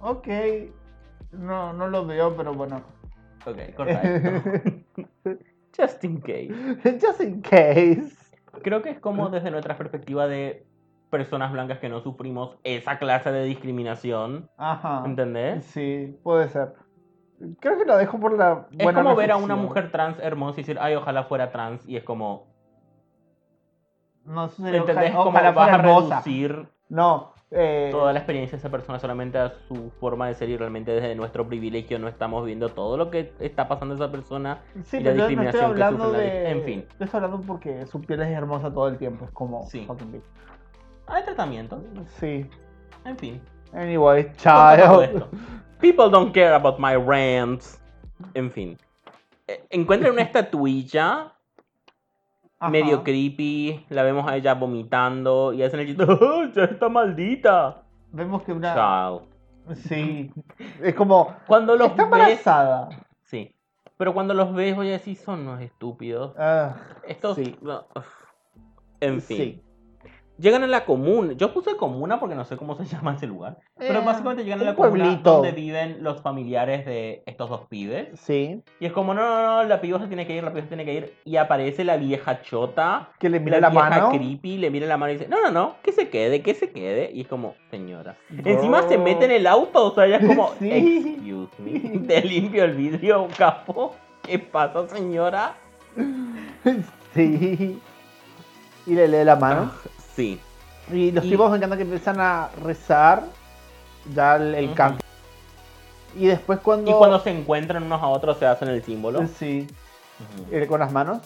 Speaker 4: Ok. No, no lo veo, pero bueno.
Speaker 3: Ok, corta esto. Just in case.
Speaker 4: Just in case.
Speaker 3: Creo que es como desde nuestra perspectiva de personas blancas que no sufrimos esa clase de discriminación.
Speaker 4: Ajá.
Speaker 3: ¿Entendés?
Speaker 4: Ah, Sí, puede ser. Creo que lo dejo por la
Speaker 3: Es
Speaker 4: buena
Speaker 3: como ver a una
Speaker 4: reflexión.
Speaker 3: mujer trans hermosa y decir, ay, ojalá fuera trans. Y es como,
Speaker 4: No sé si
Speaker 3: ¿entendés?
Speaker 4: ojalá,
Speaker 3: Como
Speaker 4: ojalá
Speaker 3: vas
Speaker 4: fuera
Speaker 3: a
Speaker 4: hermosa.
Speaker 3: reducir
Speaker 4: No, eh,
Speaker 3: toda la experiencia de esa persona solamente a su forma de ser y realmente desde nuestro privilegio no estamos viendo todo lo que está pasando a esa persona.
Speaker 4: sí,
Speaker 3: y la
Speaker 4: pero yo no estoy
Speaker 3: discriminación que
Speaker 4: hablando
Speaker 3: sufren la
Speaker 4: de...
Speaker 3: dis- en fin.
Speaker 4: Yo estoy hablando porque su piel es hermosa todo el tiempo. Es como
Speaker 3: Sí.
Speaker 4: fucking bitch.
Speaker 3: Hay tratamiento,
Speaker 4: Sí.
Speaker 3: en fin.
Speaker 4: Anyway,
Speaker 3: Todo
Speaker 4: child.
Speaker 3: esto. People don't care about my rants. En fin. Eh, Encuentran una estatuilla
Speaker 4: Ajá.
Speaker 3: medio creepy, la vemos a ella vomitando y hacen el chiste, "Oh, ya está maldita.
Speaker 4: Vemos que una.
Speaker 3: Chao.
Speaker 4: Sí. Es como.
Speaker 3: Cuando los
Speaker 4: Está
Speaker 3: ves,
Speaker 4: embarazada.
Speaker 3: sí. Pero cuando los ves, voy a decir, son unos estúpidos.
Speaker 4: Ah,
Speaker 3: Estos.
Speaker 2: Sí.
Speaker 3: no, uf. En fin.
Speaker 2: Sí.
Speaker 3: Llegan a la comuna. Yo puse comuna porque no sé cómo se llama ese lugar. Pero
Speaker 4: Eh,
Speaker 3: básicamente llegan a
Speaker 4: un
Speaker 3: la comuna
Speaker 4: pueblito.
Speaker 3: donde viven los familiares de estos dos pibes.
Speaker 4: sí.
Speaker 3: Y es como, no, no, no, la piba se tiene que ir, la piba se tiene que ir. Y aparece la vieja chota.
Speaker 4: Que le mira la,
Speaker 3: vieja
Speaker 4: mano.
Speaker 3: creepy, le mira la mano y dice, no, no, no, que se quede, que se quede. Y es como, señora. Encima se mete en el auto, o sea, ella es como,
Speaker 4: Sí.
Speaker 3: excuse me, te limpio el vidrio, capo. ¿Qué pasa, señora?
Speaker 4: Sí. Y le lee la mano.
Speaker 3: Sí.
Speaker 4: Y los
Speaker 3: Ah. Y-
Speaker 4: tipos me encanta que empiezan a rezar. Ya el, el
Speaker 3: Ujú.
Speaker 4: canto. Y después cuando.
Speaker 3: Y cuando se encuentran unos a otros se hacen el símbolo.
Speaker 4: Sí. eh, con las manos.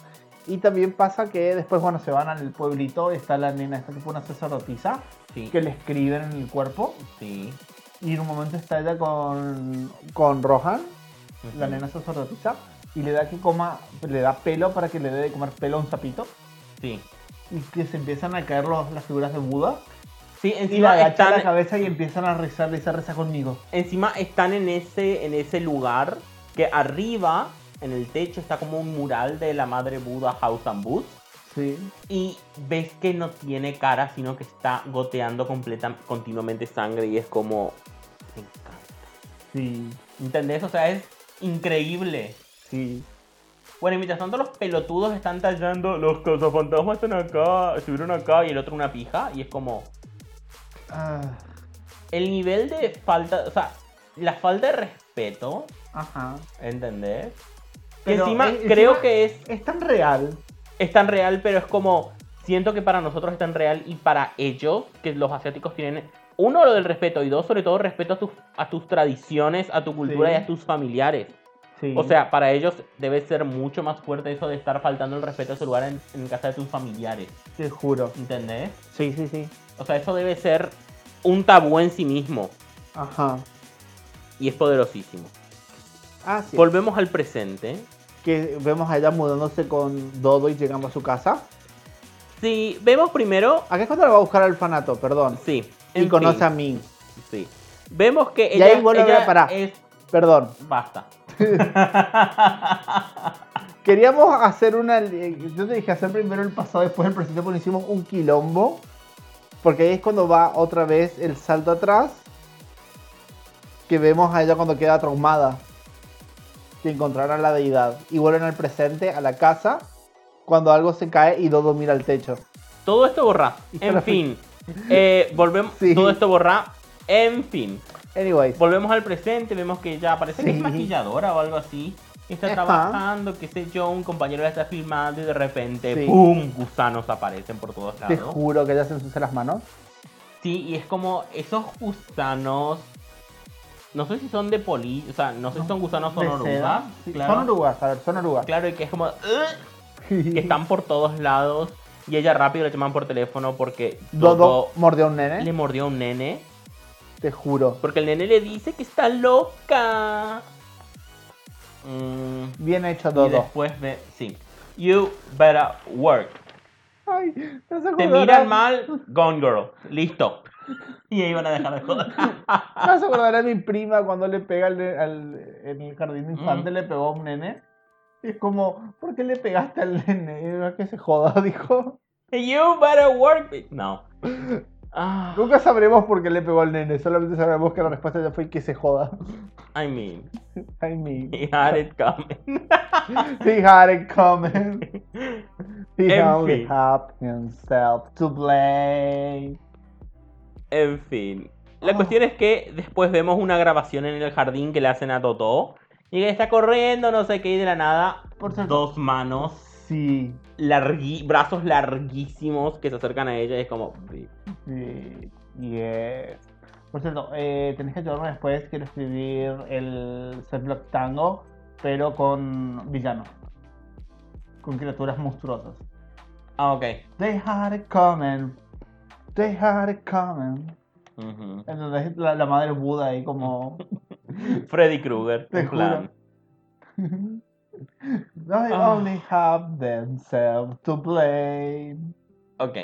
Speaker 4: Y también pasa que después, bueno, se van al pueblito. Está la nena, esta que fue una sacerdotisa.
Speaker 3: Sí.
Speaker 4: Que le escriben en el cuerpo.
Speaker 3: sí.
Speaker 4: Y en un momento está ella con, con Rohan, la
Speaker 3: Ujú.
Speaker 4: nena sacerdotisa, y le da que coma, le da pelo para que le dé de comer pelo a un sapito.
Speaker 3: Sí.
Speaker 4: Y que se empiezan a caer los- las figuras de Buda.
Speaker 3: Sí,
Speaker 4: Y le
Speaker 3: encima
Speaker 4: agachan la
Speaker 3: están,
Speaker 4: cabeza y empiezan a rezar, le dice reza conmigo.
Speaker 3: encima están en ese, en ese lugar que arriba, en el techo está como un mural de la madre Buda House and Boots.
Speaker 4: Sí.
Speaker 3: Y ves que no tiene cara, sino que está goteando completa, continuamente sangre y es como... Me encanta.
Speaker 4: Sí.
Speaker 3: ¿Entendés? O sea, es increíble.
Speaker 4: Sí.
Speaker 3: Bueno, y mientras tanto los pelotudos están tallando, los cazafantasmas están acá, estuvieron acá y el otro una pija. Y es como...
Speaker 4: Ah,
Speaker 3: El nivel de falta, o sea, la falta de respeto,
Speaker 4: ajá.
Speaker 3: ¿entendés? Que
Speaker 4: Pero,
Speaker 3: encima
Speaker 4: eh,
Speaker 3: creo
Speaker 4: encima-
Speaker 3: que es
Speaker 4: Es tan real.
Speaker 3: es tan real, pero es como siento que para nosotros es tan real y para ellos, que los asiáticos tienen uno lo del respeto y dos sobre todo respeto a tus a tus tradiciones, a tu cultura
Speaker 4: Sí.
Speaker 3: y a tus familiares.
Speaker 4: Sí.
Speaker 3: O sea, para ellos debe ser mucho más fuerte eso de estar faltando el respeto a su lugar en, en casa de tus familiares,
Speaker 4: te juro.
Speaker 3: ¿entendés?
Speaker 4: Sí, sí, sí.
Speaker 3: O sea, eso debe ser un tabú en sí mismo
Speaker 4: Ajá.
Speaker 3: y es poderosísimo.
Speaker 4: Ah, sí.
Speaker 3: Volvemos al presente.
Speaker 4: Que vemos a ella mudándose con Dodo y llegando a su casa.
Speaker 3: Sí, vemos primero.
Speaker 4: ¿A qué cuando la va a buscar al orfanato? Perdón.
Speaker 3: Sí.
Speaker 4: Y
Speaker 3: en
Speaker 4: conoce
Speaker 3: fin,
Speaker 4: a Ming.
Speaker 3: Sí. Vemos que
Speaker 4: Y
Speaker 3: ella,
Speaker 4: ahí vuelve a ver-
Speaker 3: ella
Speaker 4: pará.
Speaker 3: es.
Speaker 4: Perdón.
Speaker 3: Basta.
Speaker 4: Queríamos hacer una. eh, Yo te dije hacer primero el pasado, después el presente, porque hicimos un quilombo. Porque ahí es cuando va otra vez el salto atrás. Que vemos a ella cuando queda traumada. Que encontraron a la deidad. Y vuelven al presente, a la casa. Cuando algo se cae y Dodo mira al techo.
Speaker 3: Todo esto borra. En fin. Eh, volvemos.
Speaker 4: Sí.
Speaker 3: Todo esto borra. En fin.
Speaker 4: Anyways.
Speaker 3: Volvemos al presente. Vemos que ella parece que es
Speaker 4: Sí.
Speaker 3: maquilladora o algo así. Está
Speaker 4: Ajá.
Speaker 3: trabajando, qué sé yo, un compañero la está filmando y de repente,
Speaker 4: Sí.
Speaker 3: ¡pum! Gusanos aparecen por todos
Speaker 4: Te
Speaker 3: lados.
Speaker 4: juro que ella se ensucia las manos.
Speaker 3: Sí, y es como esos gusanos. No sé si son de poli, o sea, no sé si son gusanos son
Speaker 4: De
Speaker 3: orugas.
Speaker 4: seda. Sí,
Speaker 3: Claro,
Speaker 4: Son orugas, a ver, son orugas.
Speaker 3: claro, y que es como. "Ugh", que están por todos lados. Y ella rápido le llaman por teléfono porque
Speaker 4: Dodo
Speaker 3: Dodo
Speaker 4: mordió a un nene.
Speaker 3: le mordió a un nene.
Speaker 4: Te juro.
Speaker 3: Porque el nene le dice que está loca. Mm,
Speaker 4: Bien hecho,
Speaker 3: y
Speaker 4: Dodo.
Speaker 3: después ve. Sí. You better work.
Speaker 4: Ay, no
Speaker 3: Te
Speaker 4: se acordará-
Speaker 3: miran mal, gone girl. Listo. Y ahí van a dejar de joder.
Speaker 4: No se acordará de mi prima cuando le pega al, al- en el jardín de
Speaker 3: Mm.
Speaker 4: infante, le pegó a un nene. Y es como, ¿por qué le pegaste al nene? Y era que se joda, dijo.
Speaker 3: You better work. it. No. Ah,
Speaker 4: Nunca sabremos por qué le pegó al nene, solamente sabremos que la respuesta ya fue que se joda.
Speaker 3: I mean,
Speaker 4: Ay, mi.
Speaker 3: he had it coming.
Speaker 4: He had it coming. He
Speaker 3: En
Speaker 4: only
Speaker 3: fin.
Speaker 4: had himself to blame.
Speaker 3: En fin. La
Speaker 4: Ah.
Speaker 3: cuestión es que después vemos una grabación en el jardín que le hacen a Totó. Y que está corriendo, no sé qué, y de la nada.
Speaker 4: Por cierto.
Speaker 3: dos manos,
Speaker 4: Sí.
Speaker 3: largui- brazos larguísimos que se acercan a ella y es como.
Speaker 4: Sí, yes. Por cierto, eh, tenés que ayudarme después. Quiero escribir el Block Tango, pero con villanos. Con criaturas monstruosas.
Speaker 3: Ah, ok.
Speaker 4: They had it coming. They had it coming.
Speaker 3: Ujú.
Speaker 4: Entonces la, la madre Buda ahí como...
Speaker 3: Freddy Krueger,
Speaker 4: Te
Speaker 3: en plan.
Speaker 4: They
Speaker 3: Ah.
Speaker 4: only have themselves to blame.
Speaker 3: Ok.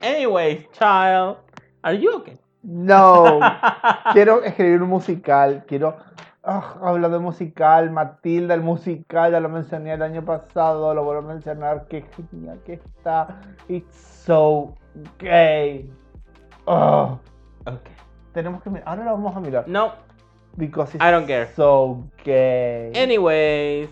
Speaker 3: Anyways, child, are you okay?
Speaker 4: No. quiero escribir un musical, quiero... Ah, hablando de musical, Matilda, el musical, ya lo mencioné el año pasado, lo vuelvo a mencionar, qué genial que está. It's so gay. Ah,
Speaker 3: Ok.
Speaker 4: tenemos que mirar, ahora lo vamos a mirar.
Speaker 3: No,
Speaker 4: Because it's
Speaker 3: I don't care.
Speaker 4: so gay.
Speaker 3: Anyways.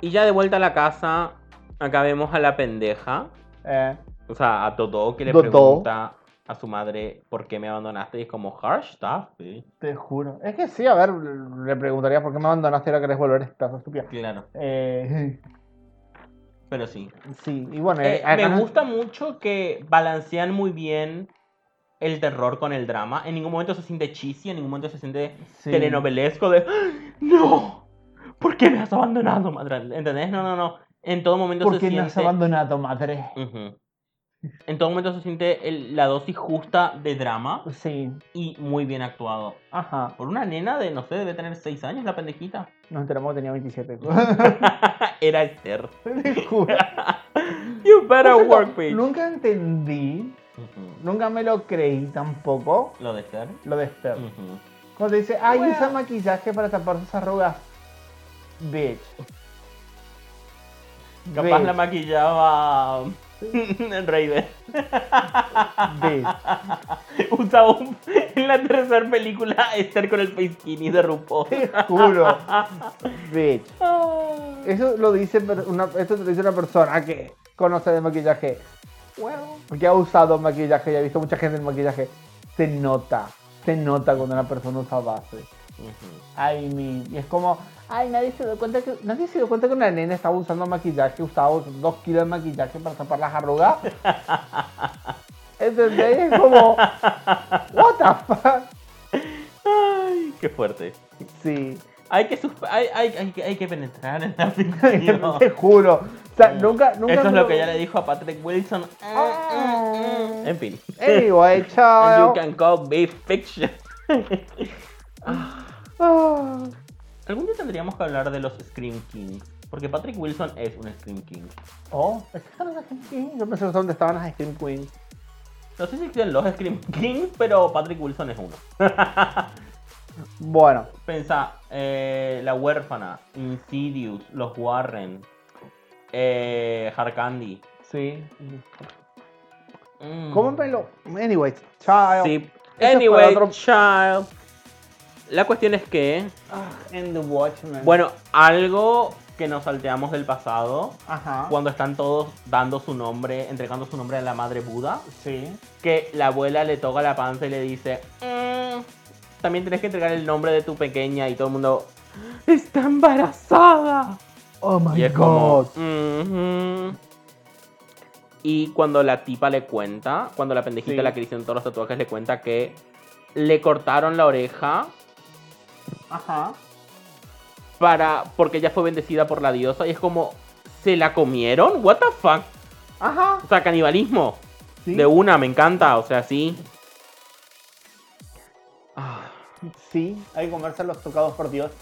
Speaker 3: Y ya de vuelta a la casa, acá vemos a la pendeja.
Speaker 4: Eh,
Speaker 3: O sea, a Totó que le
Speaker 4: Totó.
Speaker 3: pregunta a su madre por qué me abandonaste. Y es como, harsh stuff, bitch".
Speaker 4: te juro. Es que sí, a ver, le preguntaría por qué me abandonaste y ahora querés volver, estás estúpida.
Speaker 3: Claro,
Speaker 4: Eh,
Speaker 3: pero sí.
Speaker 4: sí, y bueno,
Speaker 3: Eh, me
Speaker 4: acá no-
Speaker 3: gusta mucho que balancean muy bien el terror con el drama. En ningún momento se siente cheesy, en ningún momento se siente
Speaker 4: sí.
Speaker 3: telenovelesco de "¡Ah! ¡No! ¿Por qué me has abandonado, madre? ¿Entendés? No, no, no. En todo momento
Speaker 4: ¿Por
Speaker 3: se
Speaker 4: qué
Speaker 3: siente...
Speaker 4: me has abandonado, madre?
Speaker 3: Ujú. En todo momento se siente el- la dosis justa de drama
Speaker 4: Sí,
Speaker 3: y muy bien actuado.
Speaker 4: ajá.
Speaker 3: Por una nena de, no sé, debe tener 6 años la pendejita.
Speaker 4: Nos enteramos que tenía 27.
Speaker 3: Era Esther.
Speaker 4: Te juro.
Speaker 3: You better
Speaker 4: Por cierto,
Speaker 3: work, bitch.
Speaker 4: Nunca entendí,
Speaker 3: Ujú.
Speaker 4: nunca me lo creí tampoco,
Speaker 3: Lo de Esther.
Speaker 4: lo de Esther.
Speaker 3: Ujú.
Speaker 4: Cuando dice, ay,
Speaker 3: Bueno.
Speaker 4: usa maquillaje para tapar sus arrugas. Bitch.
Speaker 3: Capaz
Speaker 4: Bitch.
Speaker 3: la maquillaba Raven.
Speaker 4: Bitch.
Speaker 3: Usaba un- en la tercera película a Esther con el pesquini de RuPaul.
Speaker 4: Te juro. Bitch.
Speaker 3: Ah.
Speaker 4: Eso lo dice per- una, esto te lo dice una persona que conoce de maquillaje. Que ha usado maquillaje y ha visto mucha gente en maquillaje. Se nota. Se nota cuando una persona usa base.
Speaker 3: Ujú.
Speaker 4: Ay, mi. Y es como. Ay, nadie se dio cuenta que. Nadie se dio cuenta que una nena estaba usando maquillaje, usaba otros dos kilos de maquillaje para tapar las arrugas. ¿Entendéis? Es como. What the fuck?
Speaker 3: Ay, qué fuerte.
Speaker 4: Sí.
Speaker 3: Hay que, sus- hay, hay, hay, que- hay que penetrar en la
Speaker 4: Te
Speaker 3: ficción.
Speaker 4: juro. O sea, nunca, nunca.
Speaker 3: Eso es
Speaker 4: me-
Speaker 3: lo que ella le dijo a Patrick Wilson. Ah, ah, ah. En fin.
Speaker 4: Anyway,
Speaker 3: And you
Speaker 4: chao.
Speaker 3: can call me fiction.
Speaker 4: Ah.
Speaker 3: Algún día tendríamos que hablar de los Scream Kings. Porque Patrick Wilson es un Scream King.
Speaker 4: Oh, es que estaban las Scream Queens. Yo pensé que dónde estaban las Scream Queens.
Speaker 3: No sé si existen los Scream Kings, pero Patrick Wilson es uno.
Speaker 4: Bueno,
Speaker 3: Pensa, eh, La Huérfana, Insidious, Los Warren, eh, Harkandi.
Speaker 4: sí.
Speaker 3: Mm.
Speaker 4: Cómprenlo. Anyway, chao.
Speaker 3: Sí.
Speaker 4: Eso es
Speaker 3: Anyway,
Speaker 4: para otro-
Speaker 3: child. La cuestión es que,
Speaker 4: Ah, and the Watchmen.
Speaker 3: bueno, algo que nos salteamos del pasado,
Speaker 4: Ajá.
Speaker 3: cuando están todos dando su nombre, entregando su nombre a la madre Buda,
Speaker 4: Sí.
Speaker 3: que la abuela le toca la panza y le dice, "Mm, también tenés que entregar el nombre de tu pequeña y todo el mundo está embarazada.
Speaker 1: Oh my
Speaker 3: y es como...
Speaker 1: god.
Speaker 3: "Mhm". Y cuando la tipa le cuenta, cuando la pendejita,
Speaker 4: Sí.
Speaker 3: la que le hicieron todos los tatuajes, le cuenta que le cortaron la oreja
Speaker 4: Ajá.
Speaker 3: para porque ella fue bendecida por la diosa y es como, ¿se la comieron? ¿What the fuck?
Speaker 4: Ajá.
Speaker 3: O sea, canibalismo.
Speaker 4: Sí.
Speaker 3: De una, me encanta, o sea, sí. Ah,
Speaker 4: Sí. Hay que comerse a los tocados por Dios.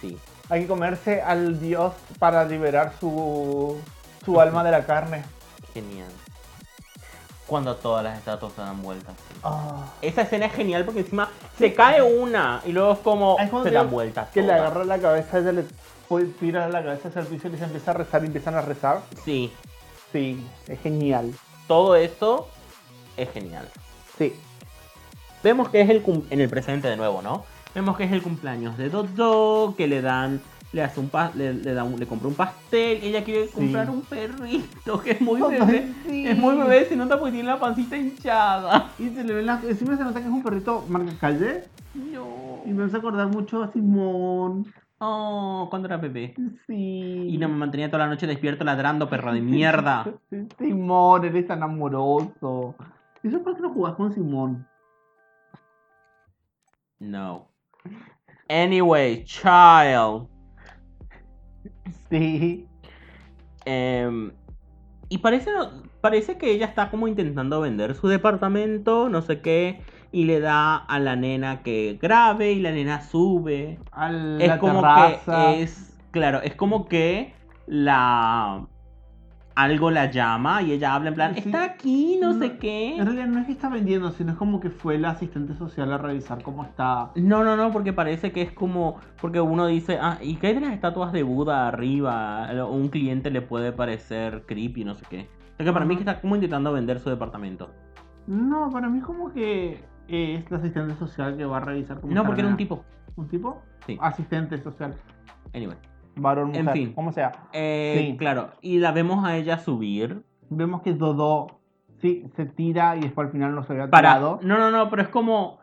Speaker 3: sí.
Speaker 4: Hay que comerse al Dios para liberar su, su alma de la carne.
Speaker 3: Genial. Cuando todas las estatuas se dan vueltas.
Speaker 4: Ah.
Speaker 3: Esa escena es genial porque encima se cae una y luego es como
Speaker 4: Ah, es cuando
Speaker 3: se
Speaker 4: te-
Speaker 3: dan vueltas.
Speaker 4: Que le
Speaker 3: todas.
Speaker 4: agarra la cabeza, ella le puede tirar la cabeza hacia el piso y les empieza a rezar y empiezan a rezar.
Speaker 3: Sí,
Speaker 4: Sí, es genial.
Speaker 3: todo eso es genial.
Speaker 4: Sí.
Speaker 3: Vemos que es el cum- en el presente de nuevo, ¿no? Vemos que es el cumpleaños de Dodo, que le dan le hace un pa- le, le da un- le compra un pastel, ella quiere comprar un perrito que es muy bebé. Es muy bebé, se nota porque tiene la pancita hinchada.
Speaker 4: Y se le ven las. Encima se nota que es un perrito marca calle.
Speaker 3: No.
Speaker 4: Y me hace acordar mucho a Simón.
Speaker 3: Oh, cuando era bebé.
Speaker 4: Sí.
Speaker 3: Y no me mantenía toda la noche despierto ladrando, perro de mierda.
Speaker 4: Simón, eres tan amoroso. Eso es porque no jugás con Simón.
Speaker 3: No. Anyway, child.
Speaker 4: Sí.
Speaker 3: Em, y parece, parece que ella está como intentando vender su departamento, no sé qué. Y le da a la nena que grabe y la nena sube.
Speaker 4: A la
Speaker 3: es como
Speaker 4: terraza.
Speaker 3: que es. Claro, es como que la. Algo la llama y ella habla en plan,
Speaker 4: Sí.
Speaker 3: está aquí, no,
Speaker 4: No,
Speaker 3: sé qué.
Speaker 4: En realidad no es que está vendiendo, sino es como que fue la asistente social a revisar cómo está.
Speaker 3: No, no, no, porque parece que es como. Porque uno dice, ah, ¿y qué hay de las estatuas de Buda arriba? A Un cliente le puede parecer creepy, no sé qué. O sea que para mí es que está como intentando vender su departamento.
Speaker 4: No, para mí es como que eh, es la asistente social que va a revisar cómo
Speaker 3: No,
Speaker 4: está
Speaker 3: porque
Speaker 4: la
Speaker 3: era un
Speaker 4: nena.
Speaker 3: tipo.
Speaker 4: ¿Un tipo?
Speaker 3: Sí.
Speaker 4: Asistente social.
Speaker 3: Anyway.
Speaker 4: Varón,
Speaker 3: En
Speaker 4: mujer.
Speaker 3: fin.
Speaker 4: Como sea.
Speaker 3: Eh,
Speaker 4: Sí.
Speaker 3: Claro, y la vemos a ella subir.
Speaker 4: Vemos que Dodo sí, se tira y después al final no se había
Speaker 3: Para.
Speaker 4: tirado.
Speaker 3: No, no, no, pero es como.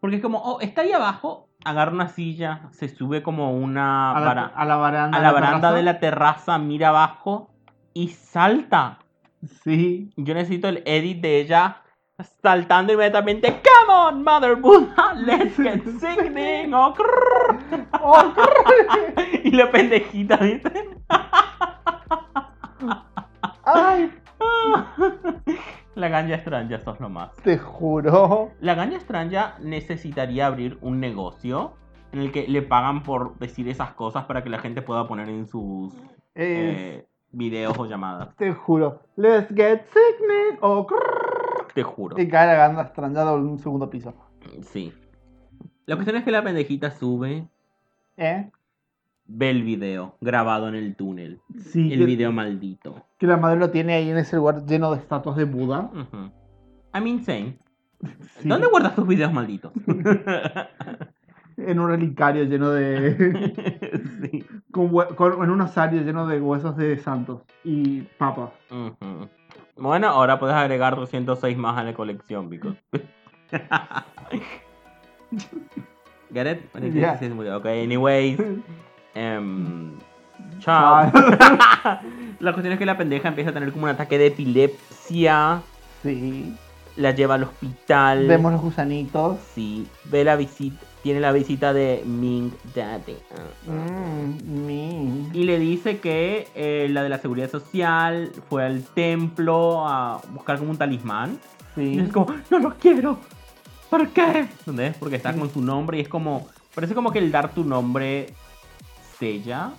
Speaker 3: Porque es como, oh, está ahí abajo, agarra una silla, se sube como una.
Speaker 4: a, la,
Speaker 3: vara-
Speaker 4: a la baranda.
Speaker 3: a
Speaker 4: de
Speaker 3: la baranda
Speaker 4: terraza.
Speaker 3: de la terraza, mira abajo y salta.
Speaker 4: Sí.
Speaker 3: Yo necesito el edit de ella saltando inmediatamente. Come on, Mother Buddha, let's get singing. Oh, crrr.
Speaker 4: Oh,
Speaker 3: y la pendejita, ¿viste?
Speaker 4: ¡Ay!
Speaker 3: La ganja estranja, sos lo más.
Speaker 4: Te juro.
Speaker 3: La ganja estranja necesitaría abrir un negocio en el que le pagan por decir esas cosas para que la gente pueda poner en sus
Speaker 4: Es-
Speaker 3: eh, videos o llamadas.
Speaker 4: Te juro. Let's get sick, Oh,
Speaker 3: Te juro.
Speaker 4: y cae la ganda estrangada en un segundo piso.
Speaker 3: Sí. La cuestión es que la pendejita sube,
Speaker 4: ¿Eh?
Speaker 3: Ve el video grabado en el túnel.
Speaker 4: Sí,
Speaker 3: El
Speaker 4: que,
Speaker 3: video maldito.
Speaker 4: que la madre lo tiene ahí en ese lugar lleno de estatuas de Buda.
Speaker 3: Ujú. I'm insane.
Speaker 4: Sí,
Speaker 3: ¿Dónde guardas tus videos malditos?
Speaker 4: En un relicario lleno de.
Speaker 3: sí.
Speaker 4: con hue- con- en un osario lleno de huesos de santos y papas.
Speaker 3: Ujú. Bueno, ahora puedes agregar 206 más a la colección, Vico. Get it? What is
Speaker 4: Yeah.
Speaker 3: this? Ok, anyways. Em, chao.
Speaker 4: Ah,
Speaker 3: la cuestión es que la pendeja empieza a tener como un ataque de epilepsia.
Speaker 4: sí.
Speaker 3: La lleva al hospital.
Speaker 4: Vemos los gusanitos.
Speaker 3: Sí, ve la visita. Tiene la visita de Ming Ah. Daddy.
Speaker 4: Mmm, mi.
Speaker 3: Y le dice que eh, la de la seguridad social fue al templo a buscar como un talismán. Y
Speaker 4: Sí.
Speaker 3: es como, no lo quiero. ¿Por qué? ¿Entendés? Porque está con su nombre y es como. Parece como que el dar tu nombre sella,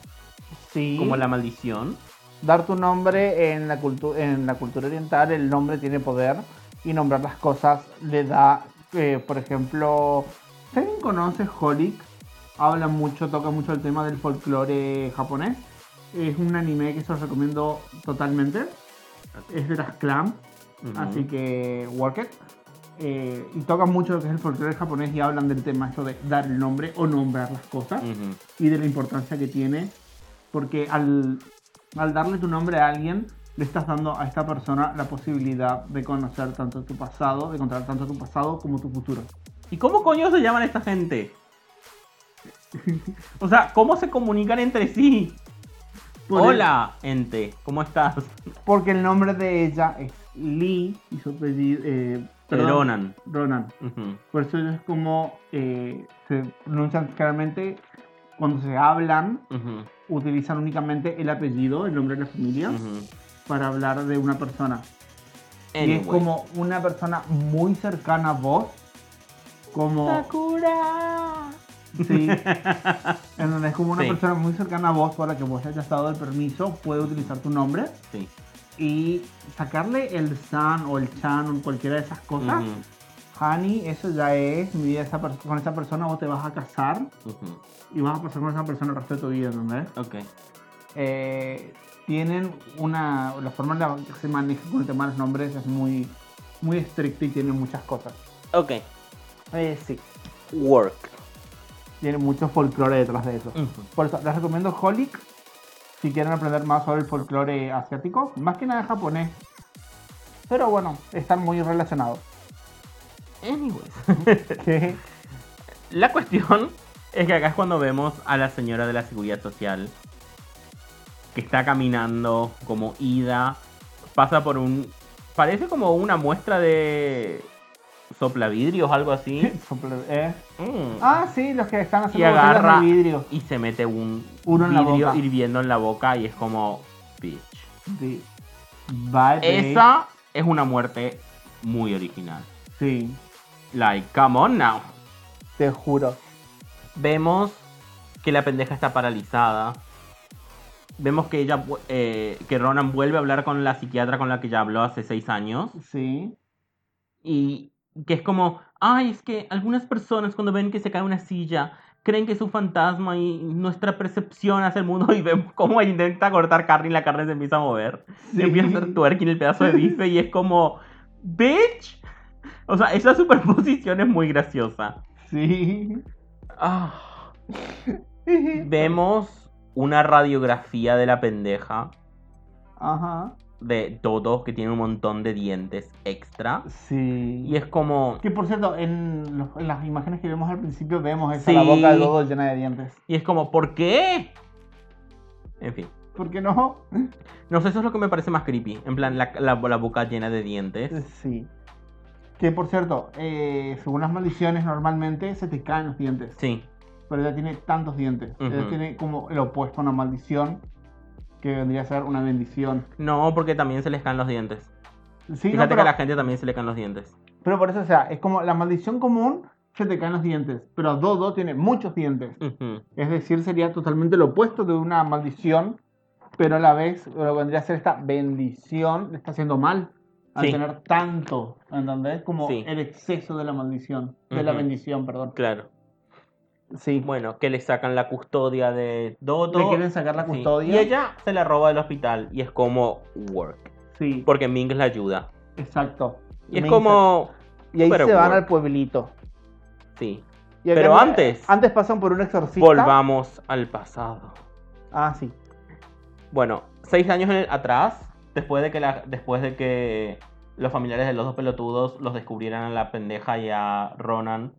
Speaker 4: Sí.
Speaker 3: como la maldición.
Speaker 4: Dar tu nombre en la, cultu- en la cultura oriental, el nombre tiene poder. Y nombrar las cosas le da, eh, por ejemplo, si alguien conoce Holic, habla mucho, toca mucho el tema del folclore japonés. Es un anime que se los recomiendo totalmente. Es de las clan,
Speaker 3: Ujú.
Speaker 4: así que work it. Eh, y toca mucho lo que es el folclore japonés y hablan del tema eso de dar el nombre o nombrar las cosas
Speaker 3: Ujú.
Speaker 4: y de la importancia que tiene, porque al, al darle tu nombre a alguien, le estás dando a esta persona la posibilidad de conocer tanto tu pasado, de contar tanto tu pasado como tu futuro.
Speaker 3: ¿Y cómo coño se llaman esta gente? O sea, ¿cómo se comunican entre sí?
Speaker 4: Por
Speaker 3: Hola, gente, ¿cómo estás?
Speaker 4: el- porque el nombre de ella es Lee y su apellido... eh, perdón,
Speaker 3: Ronan.
Speaker 4: Ronan.
Speaker 3: Ujú.
Speaker 4: Por eso ellos como eh, se pronuncian claramente cuando se hablan,
Speaker 3: Ujú.
Speaker 4: utilizan únicamente el apellido, el nombre de la familia,
Speaker 3: Ujú.
Speaker 4: para hablar de una persona. Y
Speaker 3: Anyway.
Speaker 4: es como una persona muy cercana a vos. Como.
Speaker 3: Sakura.
Speaker 4: Sí. en donde es como una
Speaker 3: Sí.
Speaker 4: persona muy cercana a vos para que vos hayas dado el permiso, puede utilizar tu nombre
Speaker 3: Sí.
Speaker 4: y sacarle el san o el chan o cualquiera de esas cosas.
Speaker 3: Ujú,
Speaker 4: Honey, eso ya es. Mi vida esa per- con esa persona vos te vas a casar
Speaker 3: ujú.
Speaker 4: y vas a pasar con esa persona el resto de tu vida, ¿entendés?
Speaker 3: Ok.
Speaker 4: eh, tienen una. La forma en la que se maneja con el tema de los nombres es muy, muy estricta y tiene muchas cosas.
Speaker 3: Ok.
Speaker 4: Eh, sí,
Speaker 3: Work.
Speaker 4: tiene mucho folclore detrás de eso. Por eso les recomiendo Holic si quieren aprender más sobre el folclore asiático, más que nada japonés. Pero bueno, están muy relacionados.
Speaker 3: Anyways.
Speaker 4: Que
Speaker 3: La cuestión es que acá es cuando vemos a la señora de la seguridad social que está caminando como ida, pasa por un. Parece como una muestra de soplavidrios, algo así.
Speaker 4: sople- eh.
Speaker 3: Mm.
Speaker 4: Ah, sí, los que están haciendo botellas
Speaker 3: agarra-
Speaker 4: de vidrio.
Speaker 3: Y se mete un
Speaker 4: Uno en la
Speaker 3: vidrio
Speaker 4: boca.
Speaker 3: hirviendo en la boca y es como. Bitch.
Speaker 4: Sí. Bye, babe.
Speaker 3: Esa es una muerte muy original.
Speaker 4: Sí,
Speaker 3: Like, come on now.
Speaker 4: te juro.
Speaker 3: Vemos que la pendeja está paralizada. Vemos que ella vu- eh, que Ronan vuelve a hablar con la psiquiatra con la que ya habló hace seis años.
Speaker 4: Sí.
Speaker 3: Y que es como, ay, es que algunas personas cuando ven que se cae una silla creen que es un fantasma y nuestra percepción hace el mundo y vemos cómo ella intenta cortar carne y la carne se empieza a mover.
Speaker 4: Sí.
Speaker 3: Empieza a hacer twerking el pedazo de bife y es como, bitch. O sea, esa superposición es muy graciosa.
Speaker 4: Sí.
Speaker 3: Ah. Vemos una radiografía de la pendeja
Speaker 4: Ajá.
Speaker 3: de todos que tiene un montón de dientes extra.
Speaker 4: Sí.
Speaker 3: Y es como,
Speaker 4: Que por cierto, en, los- en las imágenes que vemos al principio vemos esa
Speaker 3: Sí.
Speaker 4: la boca de Dodo llena de dientes.
Speaker 3: y es como, ¿por qué? En fin.
Speaker 4: ¿Por qué no?
Speaker 3: No sé, eso es lo que me parece más creepy. En plan, la, la- la boca llena de dientes.
Speaker 4: Eh, Sí. Que por cierto, eh, según las maldiciones normalmente se te caen los dientes.
Speaker 3: Sí.
Speaker 4: Pero ella tiene tantos dientes. Ella
Speaker 3: Ujú.
Speaker 4: tiene como el opuesto a una maldición que vendría a ser una bendición.
Speaker 3: No, porque también se les caen los dientes.
Speaker 4: Sí, no,
Speaker 3: Fíjate que
Speaker 4: pero,
Speaker 3: a la gente también se le caen los dientes.
Speaker 4: pero por eso, o sea, es como la maldición común se te caen los dientes. Pero a Dodo tiene muchos dientes.
Speaker 3: Ujú.
Speaker 4: Es decir, sería totalmente lo opuesto de una maldición, pero a la vez lo que vendría a ser esta bendición le está haciendo mal al
Speaker 3: Sí.
Speaker 4: tener tanto, ¿entendés? Como
Speaker 3: Sí.
Speaker 4: el exceso de la maldición, de la
Speaker 3: Ujú.
Speaker 4: bendición, perdón.
Speaker 3: Claro.
Speaker 4: Sí.
Speaker 3: Bueno, que le sacan la custodia de Dodo.
Speaker 4: Le quieren sacar la
Speaker 3: Sí.
Speaker 4: custodia.
Speaker 3: Y ella se la roba del hospital y es como work.
Speaker 4: Sí,
Speaker 3: Porque Ming la ayuda.
Speaker 4: exacto.
Speaker 3: Y es
Speaker 4: Me
Speaker 3: como.
Speaker 4: Y ahí
Speaker 3: Pero
Speaker 4: se van
Speaker 3: bueno.
Speaker 4: al pueblito.
Speaker 3: Sí.
Speaker 4: Y acá
Speaker 3: Pero
Speaker 4: no-
Speaker 3: antes,
Speaker 4: Antes pasan por un exorcista.
Speaker 3: volvamos al pasado.
Speaker 4: Ah, sí.
Speaker 3: Bueno, seis años en el- atrás, después de que la, después de que los familiares de los dos pelotudos los descubrieran a la pendeja y a Ronan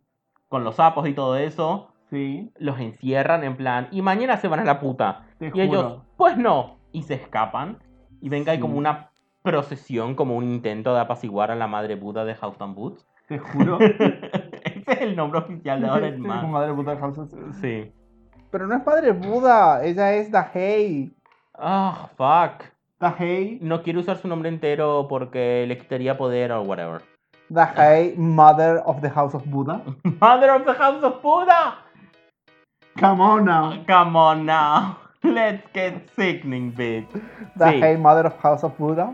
Speaker 3: con los sapos y todo eso,
Speaker 4: Sí,
Speaker 3: los encierran en plan, y mañana se van a la puta.
Speaker 4: te
Speaker 3: y
Speaker 4: juro.
Speaker 3: ellos, pues no, y se escapan. Y ven que hay
Speaker 4: Sí.
Speaker 3: como una procesión, como un intento de apaciguar a la madre Buda de House and Boots.
Speaker 4: Te juro.
Speaker 3: Ese es el nombre oficial de ahora en
Speaker 4: Como
Speaker 3: más.
Speaker 4: madre puta de House.
Speaker 3: Sí.
Speaker 4: Pero no es padre Buda, ella es Dahei.
Speaker 3: Ah, fuck.
Speaker 4: Dahei,
Speaker 3: No quiero usar su nombre entero porque le quitaría poder o whatever.
Speaker 4: Ah. Dahei, mother of the house of Buddha.
Speaker 3: Mother of the House of Buddha!
Speaker 4: Come on now.
Speaker 3: Come on now. Let's get sickening, bitch.
Speaker 4: Dahei, mother of house of Buddha.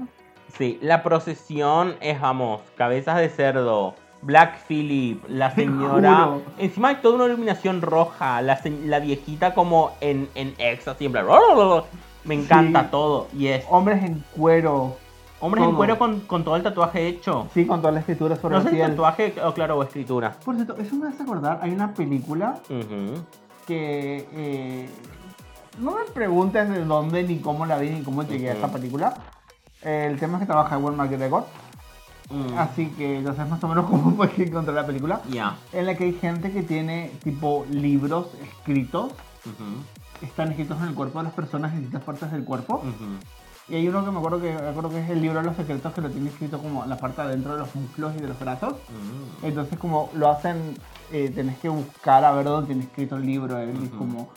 Speaker 3: Sí, la procesión es, vamos, cabezas de cerdo, Black Phillip, la señora...
Speaker 4: juro.
Speaker 3: Encima hay toda una iluminación roja, la, se- la viejita como en, en éxtasis, en plan, Me encanta
Speaker 4: Sí.
Speaker 3: todo. Y es
Speaker 4: Hombres en cuero.
Speaker 3: hombres en
Speaker 4: todo.
Speaker 3: cuero con, con todo el tatuaje hecho.
Speaker 4: Sí, con toda la escritura sobre
Speaker 3: No
Speaker 4: la
Speaker 3: sé si
Speaker 4: piel.
Speaker 3: tatuaje o claro, o escritura.
Speaker 4: Por cierto, eso me hace acordar, hay una película
Speaker 3: Ujú.
Speaker 4: que eh, no me preguntes de dónde ni cómo la vi ni cómo llegué a
Speaker 3: Ujú.
Speaker 4: esta película. El tema es que trabaja Ewan McGregor,
Speaker 3: Mm.
Speaker 4: así que ya sabes más o menos cómo fue que encontré la película.
Speaker 3: Ya.
Speaker 4: En la que hay gente que tiene tipo libros escritos,
Speaker 3: Ujú,
Speaker 4: están escritos en el cuerpo de las personas en distintas partes del cuerpo.
Speaker 3: ujú.
Speaker 4: Y hay uno que me acuerdo que, me acuerdo que es el libro de los secretos que lo tiene escrito como la parte adentro de los muslos y de los brazos.
Speaker 3: Mm.
Speaker 4: Entonces como lo hacen, eh, tenés que buscar a ver dónde tiene escrito el libro. eh, y
Speaker 3: Ujú.
Speaker 4: como,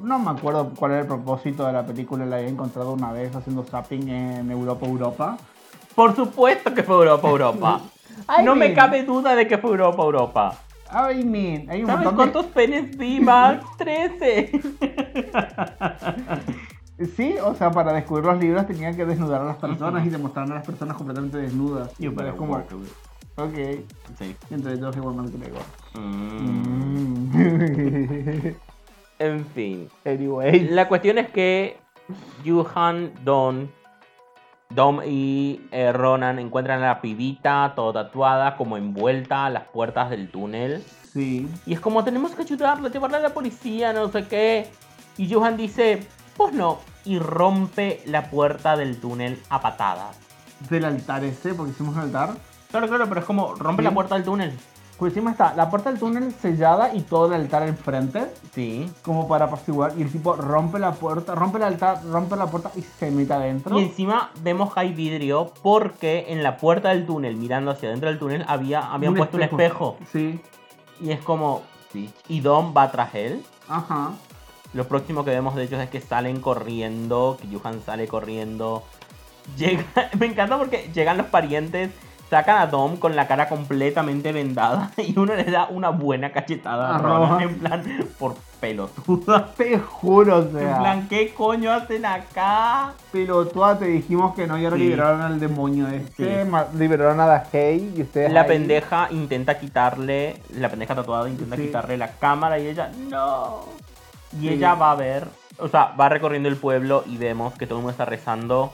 Speaker 4: no me acuerdo cuál era el propósito de la película, la había encontrado una vez haciendo zapping en Europa, Europa.
Speaker 3: Por supuesto que fue Europa, Europa.
Speaker 4: Ay,
Speaker 3: no me
Speaker 4: bien.
Speaker 3: cabe duda de que fue Europa, Europa.
Speaker 4: I mean, hay un
Speaker 3: ¿Sabes
Speaker 4: montón de...
Speaker 3: cuántos penes vi, Max? 13.
Speaker 4: Sí, o sea, para descubrir los libros tenían que desnudar a las personas y demostrar a las personas completamente desnudas. Y es como, ok,
Speaker 3: Sí.
Speaker 4: entre todos igualmente creo.
Speaker 3: Mm. En fin.
Speaker 4: anyway.
Speaker 3: La cuestión es que Johan, Don, Dom y eh, Ronan encuentran a la pibita toda tatuada, como envuelta a las puertas del túnel.
Speaker 4: Sí.
Speaker 3: Y es como, tenemos que ayudarla, llevarla a la policía, no sé qué. Y Johan dice, pues no. Y rompe la puerta del túnel a patadas.
Speaker 4: Del altar ese, porque hicimos un altar.
Speaker 3: Claro, claro, pero es como, rompe
Speaker 4: Sí.
Speaker 3: la puerta del túnel.
Speaker 4: Pues encima está la puerta del túnel sellada y todo el altar enfrente,
Speaker 3: Sí.
Speaker 4: como para apaciguar. Y el tipo rompe la puerta, rompe el altar, rompe la puerta y se mete adentro.
Speaker 3: Y encima vemos que hay vidrio porque en la puerta del túnel, mirando hacia adentro del túnel, había, habían
Speaker 4: Un
Speaker 3: puesto un espejo.
Speaker 4: Sí.
Speaker 3: Y es como, y Dom va tras él.
Speaker 4: Ajá.
Speaker 3: Lo próximo que vemos de ellos es que salen corriendo, que Johan sale corriendo. Llega, me encanta porque llegan los parientes, sacan a Dom con la cara completamente vendada y uno le da una buena cachetada a
Speaker 4: Ah,
Speaker 3: Ronan,
Speaker 4: no.
Speaker 3: en plan, por pelotuda.
Speaker 4: Te juro, o sea.
Speaker 3: En plan, ¿qué coño hacen acá?
Speaker 4: Pelotuda, te dijimos que no, y ahora
Speaker 3: Sí.
Speaker 4: liberaron al demonio este.
Speaker 3: Sí.
Speaker 4: ma- Liberaron a Dahei y ustedes.
Speaker 3: La
Speaker 4: ahí-
Speaker 3: pendeja intenta quitarle, la pendeja tatuada intenta
Speaker 4: Sí.
Speaker 3: quitarle la cámara y ella, no. Y
Speaker 4: Sí.
Speaker 3: ella va a ver, o sea, va recorriendo el pueblo y vemos que todo el mundo está rezando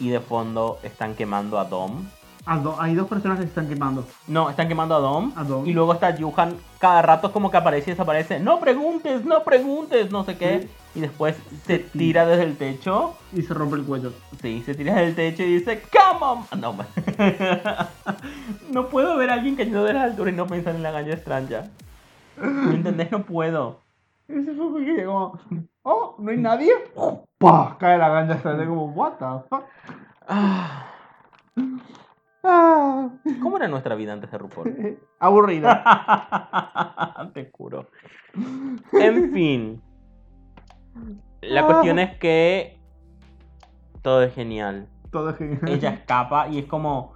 Speaker 3: y de fondo están quemando a Dom.
Speaker 4: Ah, do- hay dos personas que se están quemando.
Speaker 3: No, están quemando a Dom.
Speaker 4: A Dom.
Speaker 3: Y luego está Yuhan, cada rato es como que aparece y desaparece. No preguntes, no preguntes, no sé qué.
Speaker 4: Sí.
Speaker 3: Y después se tira desde el techo.
Speaker 4: Y se rompe el cuello.
Speaker 3: Sí, se tira del techo y dice, ¡Come on! No, ma- no puedo ver a alguien cayendo de la altura y no pensar en la ganja extraña. ¿Me entendés? No puedo.
Speaker 4: Ese fue porque llegó. Oh, no hay nadie. ¡Pah! Cae la ganja hasta como, what the fuck.
Speaker 3: Ah,
Speaker 4: Ah,
Speaker 3: ¿Cómo era nuestra vida antes de RuPaul?
Speaker 4: aburrida.
Speaker 3: Te juro. En fin. La cuestión es que todo es genial.
Speaker 4: Todo es genial.
Speaker 3: Ella escapa y es como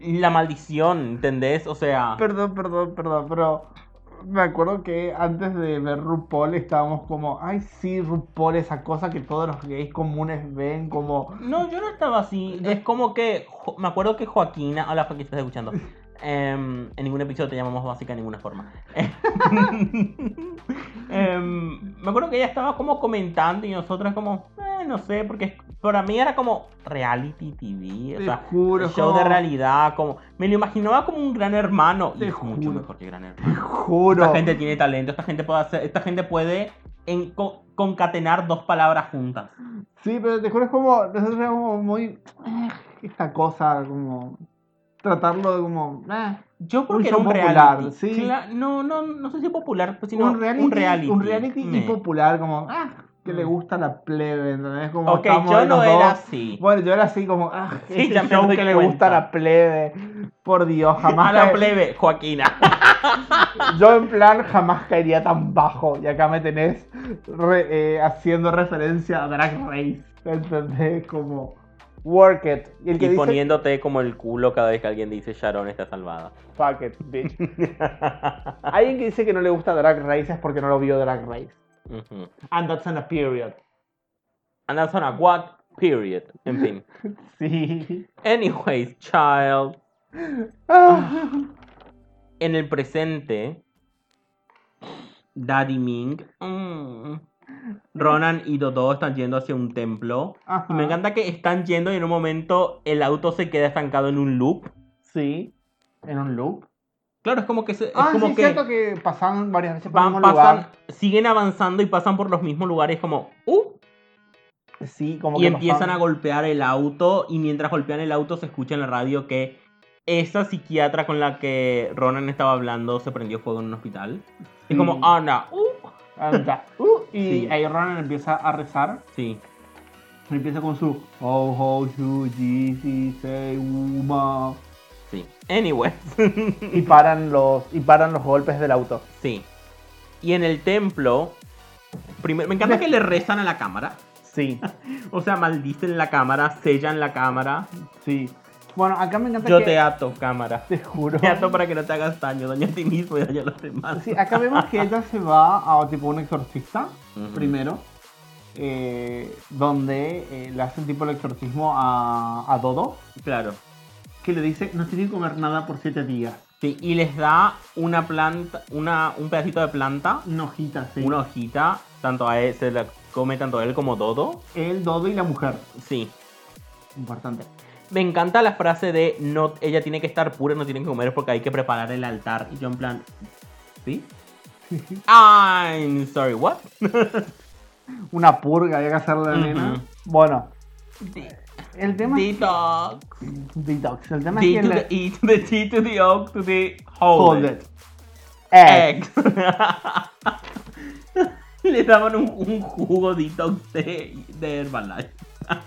Speaker 3: la maldición, ¿entendés? O sea...
Speaker 4: Perdón, perdón, perdón, pero me acuerdo que antes de ver RuPaul estábamos como, ay sí, RuPaul, esa cosa que todos los gays comunes ven, como,
Speaker 3: No, yo no estaba así. Es como que. Jo- Me acuerdo que Joaquina. Hola, Joaquina, estás escuchando. Em, en ningún episodio te llamamos básica de ninguna forma. Em, me acuerdo que ella estaba como comentando y nosotros como, "Eh, no sé, porque es- para mí era como reality TV, o
Speaker 4: Te
Speaker 3: sea,
Speaker 4: juro.
Speaker 3: show
Speaker 4: como-
Speaker 3: de realidad, como me lo imaginaba como un gran hermano y
Speaker 4: Te
Speaker 3: es mucho
Speaker 4: juro.
Speaker 3: mejor que gran
Speaker 4: Te
Speaker 3: hermano.
Speaker 4: juro.
Speaker 3: Esta gente tiene talento, esta gente puede hacer, esta gente puede en- co- concatenar dos palabras juntas.
Speaker 4: Sí, pero te juro es como. Nosotros éramos como muy. eh, esta cosa, como. Tratarlo de como. eh,
Speaker 3: Yo
Speaker 4: Un
Speaker 3: porque era
Speaker 4: show
Speaker 3: un
Speaker 4: popular,
Speaker 3: reality.
Speaker 4: sí.
Speaker 3: Cla- no, no, no sé si popular, pues, sino
Speaker 4: un reality.
Speaker 3: un reality.
Speaker 4: un reality y
Speaker 3: Meh.
Speaker 4: popular, como. ah, que le
Speaker 3: Mm.
Speaker 4: gusta la plebe, ¿entendés? Como
Speaker 3: Ok,
Speaker 4: estamos
Speaker 3: yo
Speaker 4: los
Speaker 3: no
Speaker 4: dos.
Speaker 3: era así.
Speaker 4: Bueno, yo era así como, ah,
Speaker 3: Sí,
Speaker 4: ese
Speaker 3: ya me
Speaker 4: show
Speaker 3: doy
Speaker 4: que le
Speaker 3: cuenta.
Speaker 4: gusta a la plebe. Por Dios, jamás.
Speaker 3: A la
Speaker 4: cae-
Speaker 3: plebe, Joaquina.
Speaker 4: Yo en plan jamás caería tan bajo. Y acá me tenés re- eh, haciendo referencia a Drag Race. ¿Entendés? Como, work it. Y el que
Speaker 3: Y
Speaker 4: dice,
Speaker 3: poniéndote como el culo cada vez que alguien dice Sharon está salvada.
Speaker 4: fuck it, bitch. Alguien que dice que no le gusta Drag Race es porque no lo vio Drag Race.
Speaker 3: Ujú.
Speaker 4: And that's in a period.
Speaker 3: And that's on a what period. En fin.
Speaker 4: Sí.
Speaker 3: Anyways, child.
Speaker 4: Ah,
Speaker 3: En el presente, Daddy Ming, mm, Ronan y Dodo están yendo hacia un templo.
Speaker 4: ajá.
Speaker 3: Y me encanta que están yendo y en un momento el auto se queda estancado en un loop.
Speaker 4: Sí. En un loop.
Speaker 3: Claro, es como que se- es
Speaker 4: Ah,
Speaker 3: como
Speaker 4: sí,
Speaker 3: que
Speaker 4: cierto que pasaban varias veces por el
Speaker 3: van,
Speaker 4: mismo
Speaker 3: pasan,
Speaker 4: lugar.
Speaker 3: siguen avanzando y pasan por los mismos lugares como uh,
Speaker 4: Sí, como
Speaker 3: y
Speaker 4: que
Speaker 3: empiezan
Speaker 4: pasaban.
Speaker 3: a golpear el auto y mientras golpean el auto se escucha en la radio que esa psiquiatra con la que Ronan estaba hablando se prendió fuego en un hospital. Y
Speaker 4: Sí.
Speaker 3: como Ana, uh,
Speaker 4: Anda. ah. Uh, y
Speaker 3: Sí.
Speaker 4: ahí Ronan empieza a rezar.
Speaker 3: sí.
Speaker 4: Y empieza con su Oh, how you Jesus, say, Uma.
Speaker 3: Sí. Anyway.
Speaker 4: Y paran los. Y paran los golpes del auto.
Speaker 3: sí. Y en el templo. primer- me encanta que le rezan a la cámara.
Speaker 4: Sí,
Speaker 3: O sea, maldicen la cámara, sellan la cámara.
Speaker 4: sí. Bueno, acá me encanta
Speaker 3: Yo
Speaker 4: que-
Speaker 3: te ato, cámara.
Speaker 4: te juro.
Speaker 3: Te ato para que no te hagas daño. Daña a ti mismo y daña a los demás.
Speaker 4: Sí, ah. acá vemos que ella se va a tipo un exorcista
Speaker 3: Ujú.
Speaker 4: primero. eh, donde eh, le hacen tipo el exorcismo a, a Dodo.
Speaker 3: Claro.
Speaker 4: Que le dice, no tiene que comer nada por siete días.
Speaker 3: Sí, y les da una planta, una, un pedacito de planta,
Speaker 4: Una hojita, sí.
Speaker 3: una hojita, tanto a él, se la come tanto él como Dodo.
Speaker 4: El Dodo y la mujer.
Speaker 3: Sí.
Speaker 4: Importante.
Speaker 3: Me encanta la frase de no, ella tiene que estar pura, no tiene que comer porque hay que preparar el altar. Y yo en plan, ¿sí? I'm sorry, what?
Speaker 4: Una purga había que hacerle a la
Speaker 3: Ujú.
Speaker 4: nena. Bueno, el tema es
Speaker 3: Detox.
Speaker 4: Detox. El tema
Speaker 3: D
Speaker 4: es
Speaker 3: to
Speaker 4: que
Speaker 3: the
Speaker 4: le-
Speaker 3: E to the T to the O to the hold,
Speaker 4: Hold
Speaker 3: it.
Speaker 4: it. Egg.
Speaker 3: Egg. Le daban un, un jugo detox de, de Herbalife.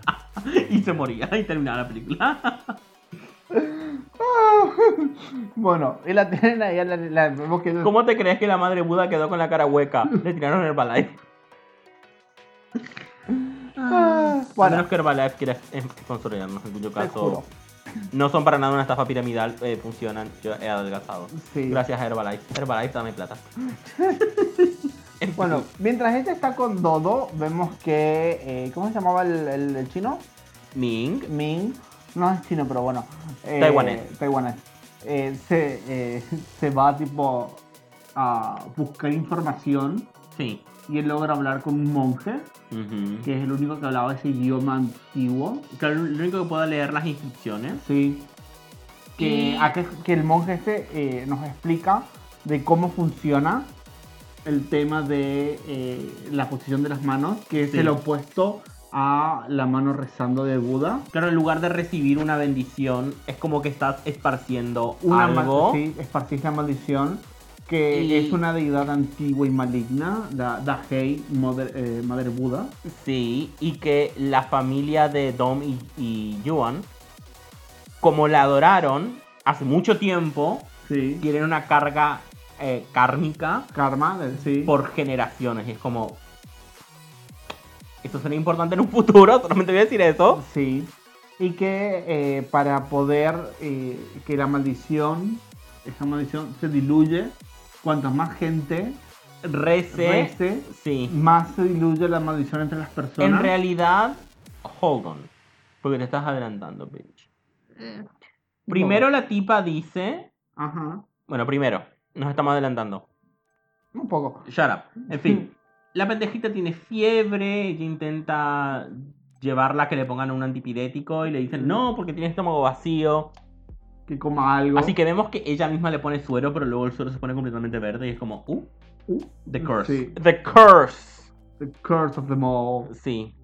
Speaker 3: y se moría y terminaba la película.
Speaker 4: Bueno, y la tienen ahí, la, la- vemos que-
Speaker 3: ¿Cómo te crees que la madre Buda quedó con la cara hueca? Le tiraron Herbalife.
Speaker 4: Ah,
Speaker 3: Bueno.
Speaker 4: bueno,
Speaker 3: menos que Herbalife quiera eh, sponsorearnos, en cuyo
Speaker 4: te
Speaker 3: caso
Speaker 4: juro.
Speaker 3: no son para nada una estafa piramidal, eh, funcionan. Yo he adelgazado.
Speaker 4: Sí.
Speaker 3: Gracias a Herbalife. Herbalife, dame plata. Este, En fin.
Speaker 4: Bueno, mientras ella está con Dodo, vemos que. eh, ¿Cómo se llamaba el, el- el chino?
Speaker 3: Ming.
Speaker 4: Ming. No es chino, pero bueno. eh,
Speaker 3: Taiwanés.
Speaker 4: Taiwanés. Eh, se, eh, se va tipo a buscar información
Speaker 3: Sí.
Speaker 4: y él logra hablar con un monje,
Speaker 3: Ujú.
Speaker 4: que es el único que hablaba ese idioma antiguo.
Speaker 3: Claro, lo único que puedo leer las inscripciones.
Speaker 4: Sí. Que,
Speaker 3: Y-
Speaker 4: acá- que el monje este eh, nos explica de cómo funciona el tema de eh, la posición de las manos, que es
Speaker 3: Sí.
Speaker 4: el opuesto a la mano rezando de Buda.
Speaker 3: Claro, en lugar de recibir una bendición, es como que estás esparciendo
Speaker 4: Una
Speaker 3: algo.
Speaker 4: ma- sí, esparcís la maldición, que
Speaker 3: Y-
Speaker 4: es una deidad antigua y maligna, la Dahei, Mother- eh, Madre Buda.
Speaker 3: Sí, y que la familia de Dom y, y Yuan, como la adoraron hace mucho tiempo,
Speaker 4: Sí.
Speaker 3: tienen una carga eh, kármica
Speaker 4: Karma, de- sí.
Speaker 3: por generaciones. Y es como. Esto será importante en un futuro, solamente voy a decir eso.
Speaker 4: Sí. Y que eh, para poder eh, que la maldición, esa maldición se diluye, cuantas más gente
Speaker 3: Rece.
Speaker 4: rece,
Speaker 3: Sí.
Speaker 4: más se diluye la maldición entre las personas.
Speaker 3: En realidad, hold on. Porque te estás adelantando, bitch. Primero la tipa dice
Speaker 4: Ajá.
Speaker 3: Bueno, primero, nos estamos adelantando.
Speaker 4: Un poco.
Speaker 3: Shut up. En fin, la pendejita tiene fiebre, ella intenta llevarla a que le pongan un antipirético y le dicen no porque tiene estómago vacío.
Speaker 4: Que coma algo.
Speaker 3: Así que vemos que ella misma le pone suero, pero luego el suero se pone completamente verde y es como, uh, uh, the curse.
Speaker 4: Sí.
Speaker 3: The curse.
Speaker 4: The curse of them all.
Speaker 3: Sí.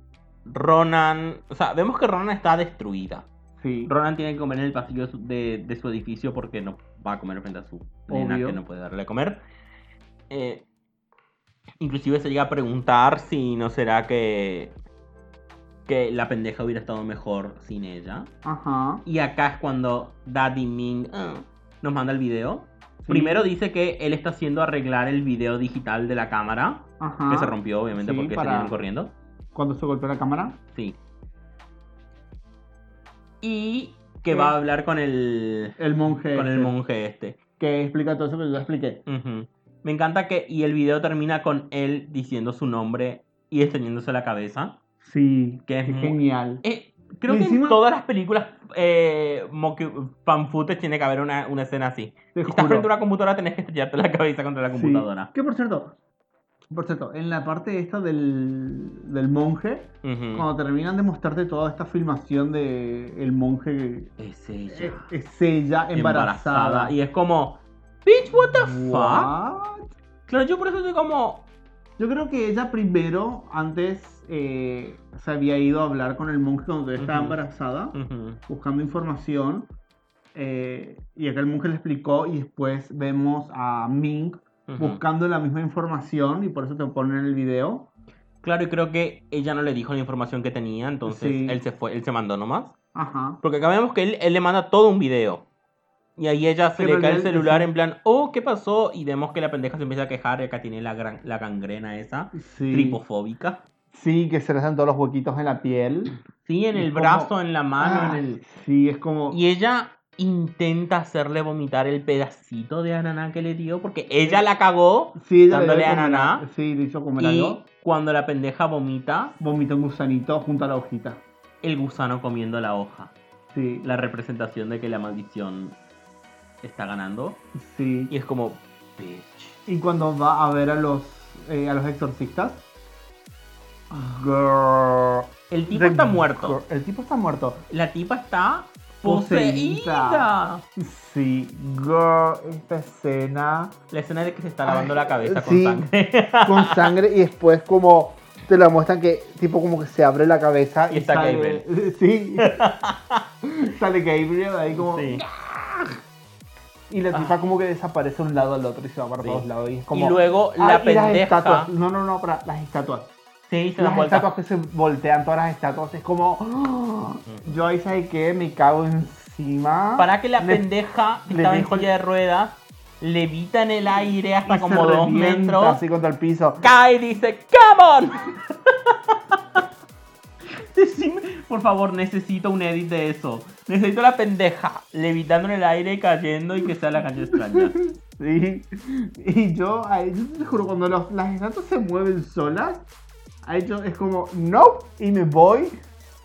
Speaker 3: Ronan, o sea, vemos que Ronan está destruida.
Speaker 4: Sí.
Speaker 3: Ronan tiene que comer en el pasillo de su- de, de su edificio porque no va a comer frente a su nena
Speaker 4: Obvio.
Speaker 3: que no puede darle a comer. Eh, inclusive se llega a preguntar si no será que que la pendeja hubiera estado mejor sin ella.
Speaker 4: Ajá.
Speaker 3: Y acá es cuando Daddy Ming ah, nos manda el video. Primero dice que él está haciendo arreglar el video digital de la cámara,
Speaker 4: Ajá.
Speaker 3: que se rompió obviamente
Speaker 4: Ah, Sí,
Speaker 3: porque
Speaker 4: para-
Speaker 3: salieron corriendo.
Speaker 4: Cuando se golpeó la cámara.
Speaker 3: Sí. Y que
Speaker 4: Sí.
Speaker 3: va a hablar con el
Speaker 4: El monje.
Speaker 3: con el
Speaker 4: este,
Speaker 3: monje este.
Speaker 4: Que explica todo eso que yo ya expliqué.
Speaker 3: Ujú. Me encanta que y el video termina con él diciendo su nombre y extendiéndose la cabeza,
Speaker 4: Sí.
Speaker 3: que es
Speaker 4: Qué
Speaker 3: muy-
Speaker 4: genial.
Speaker 3: Eh, creo
Speaker 4: Y
Speaker 3: que
Speaker 4: encima-
Speaker 3: en todas las películas eh, mocu- fan footage tiene que haber una, una escena así.
Speaker 4: Te
Speaker 3: Si estás
Speaker 4: juro.
Speaker 3: frente a una computadora tenés que estrellarte la cabeza contra la
Speaker 4: Sí.
Speaker 3: computadora.
Speaker 4: Que por cierto, por cierto, en la parte esta del, del monje,
Speaker 3: Ujú.
Speaker 4: cuando terminan de mostrarte toda esta filmación de el monje que
Speaker 3: Es
Speaker 4: es,
Speaker 3: ella.
Speaker 4: es ella Eh, embarazada.
Speaker 3: Y es como, bitch, what the fuck?
Speaker 4: What?
Speaker 3: Claro, yo por eso estoy como,
Speaker 4: Yo creo que ella primero, antes, eh, se había ido a hablar con el monje cuando todavía estaba
Speaker 3: Ujú.
Speaker 4: embarazada,
Speaker 3: ujú,
Speaker 4: buscando información. eh, y acá el monje le explicó y después vemos a Mink
Speaker 3: ujú.
Speaker 4: buscando la misma información y por eso te ponen el video.
Speaker 3: Claro, y creo que ella no le dijo la información que tenía, entonces
Speaker 4: Sí.
Speaker 3: él se fue, él se mandó nomás.
Speaker 4: Ajá.
Speaker 3: Porque acá vemos que él, él le manda todo un video. Y ahí ella se
Speaker 4: Sí,
Speaker 3: le
Speaker 4: pero
Speaker 3: cae
Speaker 4: él-
Speaker 3: el celular en plan, oh, ¿qué pasó? Y vemos que la pendeja se empieza a quejar y acá tiene la, gran, la gangrena esa,
Speaker 4: Sí.
Speaker 3: tripofóbica.
Speaker 4: Sí, que se le hacen todos los huequitos en la piel.
Speaker 3: Sí, en
Speaker 4: Y
Speaker 3: el
Speaker 4: como- "Ah,
Speaker 3: brazo, en la mano,
Speaker 4: Ay,
Speaker 3: Ah, en el...
Speaker 4: Sí, es como.
Speaker 3: Y ella intenta hacerle vomitar el pedacito de ananá que le dio, porque ella la cagó
Speaker 4: sí, ella le
Speaker 3: dándole
Speaker 4: dio de
Speaker 3: a
Speaker 4: comer
Speaker 3: Naná.
Speaker 4: Sí, le hizo comer
Speaker 3: y
Speaker 4: algo.
Speaker 3: cuando la pendeja vomita,
Speaker 4: Vomitó un gusanito junto a la hojita.
Speaker 3: el gusano comiendo la hoja.
Speaker 4: Sí,
Speaker 3: La representación de que la maldición está ganando.
Speaker 4: sí.
Speaker 3: Y es como, bitch.
Speaker 4: Y cuando va a ver a los eh, a los exorcistas. Girl.
Speaker 3: El tipo
Speaker 4: The
Speaker 3: está muerto.
Speaker 4: girl- El tipo está muerto.
Speaker 3: La tipa está
Speaker 4: Poseída.
Speaker 3: poseída.
Speaker 4: Sí, girl, esta escena
Speaker 3: La escena de que se está lavando
Speaker 4: Ay,
Speaker 3: la cabeza con
Speaker 4: sí.
Speaker 3: sangre.
Speaker 4: con sangre y después como te la muestran que tipo como que se abre la cabeza
Speaker 3: Y está
Speaker 4: sale- Sí. sale Gabriel ahí como ¡Ah!
Speaker 3: Sí.
Speaker 4: y la tipa como que desaparece de un lado al otro y se va para
Speaker 3: Ah. Sí.
Speaker 4: todos lados y es como
Speaker 3: y luego
Speaker 4: Ah,
Speaker 3: la
Speaker 4: y las
Speaker 3: pendeja.
Speaker 4: estatuas. No, no, no, para las estatuas.
Speaker 3: Sí, se da
Speaker 4: Las
Speaker 3: vuelta.
Speaker 4: estatuas que se voltean, todas las estatuas. Es como. ¡ah! Yo ahí sabe que me cago encima.
Speaker 3: Para que la
Speaker 4: Me-
Speaker 3: pendeja que
Speaker 4: le
Speaker 3: estaba en
Speaker 4: dejo-
Speaker 3: silla de ruedas levita en el aire
Speaker 4: y
Speaker 3: hasta
Speaker 4: se
Speaker 3: como dos
Speaker 4: revienta
Speaker 3: metros.
Speaker 4: Así contra el piso.
Speaker 3: Cae y dice, ¡Come on! Decime, por favor, necesito un edit de eso. Necesito la pendeja levitando en el aire, cayendo y que sea la calle extraña.
Speaker 4: Sí. Y yo, ahí, yo te juro, cuando los- las estatuas se mueven solas, ahí yo es como. No. Y me voy.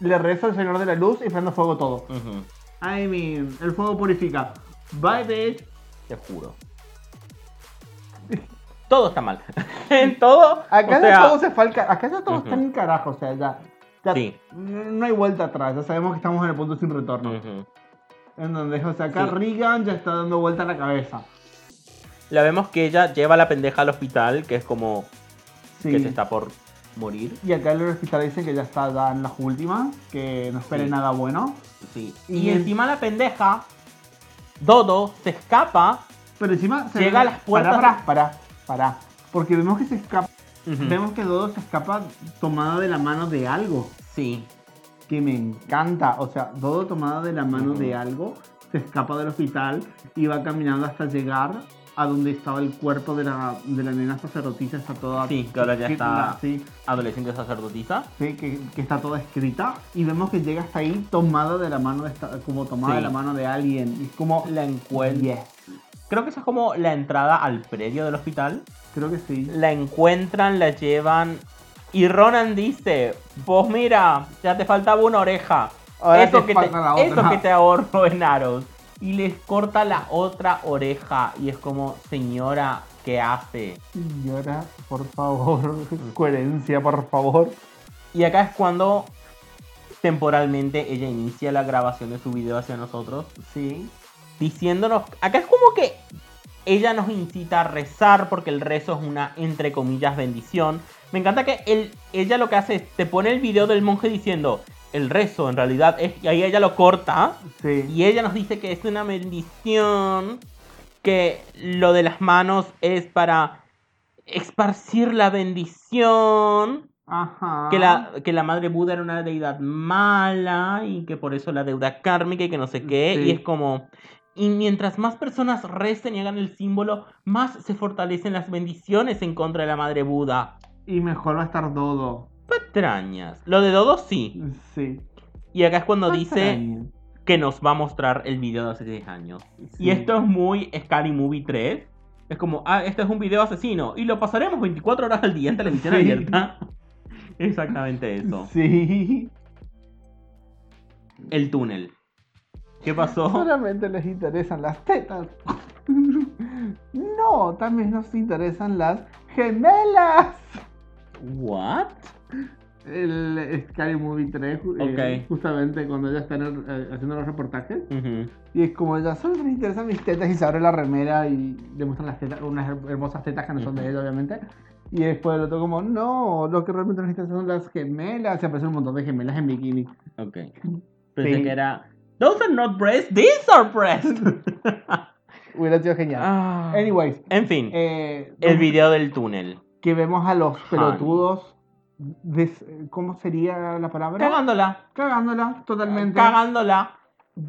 Speaker 4: Le rezo al Señor de la Luz y prendo fuego todo.
Speaker 3: Ujú,
Speaker 4: I mean, el fuego purifica. Bye, bitch.
Speaker 3: Te juro. Todo está mal. en todo.
Speaker 4: Acá
Speaker 3: o
Speaker 4: ya
Speaker 3: sea,
Speaker 4: todo se fue al ca- Acá ya todo está en
Speaker 3: Ujú.
Speaker 4: el carajo. O sea, ya. ya
Speaker 3: Sí.
Speaker 4: No hay vuelta atrás. Ya sabemos que estamos en el punto sin retorno.
Speaker 3: Ujú.
Speaker 4: En donde, o sea, acá
Speaker 3: Mm. Sí.
Speaker 4: Regan ya está dando vuelta la cabeza.
Speaker 3: La vemos que ella lleva a la pendeja al hospital, que es como
Speaker 4: Sí.
Speaker 3: que se está por morir.
Speaker 4: Y acá en el hospital dicen que ya está ya en las últimas, que no espere
Speaker 3: Sí.
Speaker 4: nada bueno.
Speaker 3: Sí.
Speaker 4: Y
Speaker 3: Y,
Speaker 4: el-
Speaker 3: encima la pendeja, Dodo, se escapa.
Speaker 4: Pero encima se
Speaker 3: Llega a las puertas-
Speaker 4: Pará, pará, pará, pará. Porque vemos que se escapa.
Speaker 3: Ujú.
Speaker 4: Vemos que Dodo se escapa tomada de la mano de algo.
Speaker 3: Sí.
Speaker 4: Que me encanta. O sea, Dodo tomada de la mano
Speaker 3: Ujú.
Speaker 4: de algo. Se escapa del hospital y va caminando hasta llegar a donde estaba el cuerpo de la, de la nena sacerdotisa. Está toda.
Speaker 3: Sí, que ahora ya
Speaker 4: que-
Speaker 3: está-
Speaker 4: sí.
Speaker 3: Adolescente sacerdotisa.
Speaker 4: Sí, que, que está toda escrita y vemos que llega hasta ahí tomada de la mano de esta- como tomada
Speaker 3: Sí.
Speaker 4: de la mano de alguien y es como la encuentra
Speaker 3: Creo que esa es como la entrada al predio del hospital.
Speaker 4: creo que sí
Speaker 3: La encuentran, la llevan. Y Ronan dice: Pues mira, ya te faltaba una oreja.
Speaker 4: Ahora
Speaker 3: eso
Speaker 4: te
Speaker 3: que, te,
Speaker 4: falta la otra".
Speaker 3: eso que te ahorro en aros. y les corta la otra oreja. Y es como, señora, ¿qué hace?
Speaker 4: Señora, por favor, coherencia, por favor.
Speaker 3: Y acá es cuando temporalmente ella inicia la grabación de su video hacia nosotros,
Speaker 4: Sí.
Speaker 3: diciéndonos, acá es como que ella nos incita a rezar porque el rezo es una, entre comillas, bendición. Me encanta que él, ella lo que hace es, te pone el video del monje diciendo, el rezo en realidad es, y ahí ella lo corta,
Speaker 4: Sí.
Speaker 3: y ella nos dice que es una bendición, que lo de las manos es para esparcir la bendición.
Speaker 4: Ajá.
Speaker 3: Que la, que la madre Buda era una deidad mala y que por eso la deuda kármica y que no sé qué.
Speaker 4: Sí.
Speaker 3: Y es como. Y mientras más personas recen y hagan el símbolo, más se fortalecen las bendiciones en contra de la madre Buda.
Speaker 4: Y mejor va a estar Dodo.
Speaker 3: Patrañas. Lo de Dodo sí.
Speaker 4: Sí.
Speaker 3: Y acá es cuando dice
Speaker 4: Patraña.
Speaker 3: que nos va a mostrar el video de hace 10 años.
Speaker 4: Sí.
Speaker 3: Y esto es muy Scary Movie 3. Es como, ah, este es un video asesino. Y lo pasaremos 24 horas al día en televisión
Speaker 4: Sí.
Speaker 3: abierta. Exactamente eso.
Speaker 4: Sí.
Speaker 3: El túnel. ¿Qué pasó?
Speaker 4: Solamente les interesan las tetas. No, también nos interesan las gemelas.
Speaker 3: What?
Speaker 4: El Sky Movie 3, ju- eh,
Speaker 3: Ok.
Speaker 4: justamente cuando ella está en el- eh, haciendo los reportajes. Y es como ella, solo les interesan mis tetas y se abre la remera y le muestran las tetas, unas her- hermosas tetas que no son de ella, obviamente. Y después el otro como, no, lo que realmente nos interesan son las gemelas. Y aparecen un montón de gemelas en bikini.
Speaker 3: Ok. Pensé
Speaker 4: Sí.
Speaker 3: que era. Those are not breasts, these are breasts.
Speaker 4: Hubiera sido genial.
Speaker 3: Ah.
Speaker 4: Anyways,
Speaker 3: En fin,
Speaker 4: eh,
Speaker 3: el
Speaker 4: no-
Speaker 3: video del túnel.
Speaker 4: que vemos a los pelotudos. des- ¿Cómo sería la palabra?
Speaker 3: Cagándola.
Speaker 4: Cagándola, totalmente.
Speaker 3: Cagándola.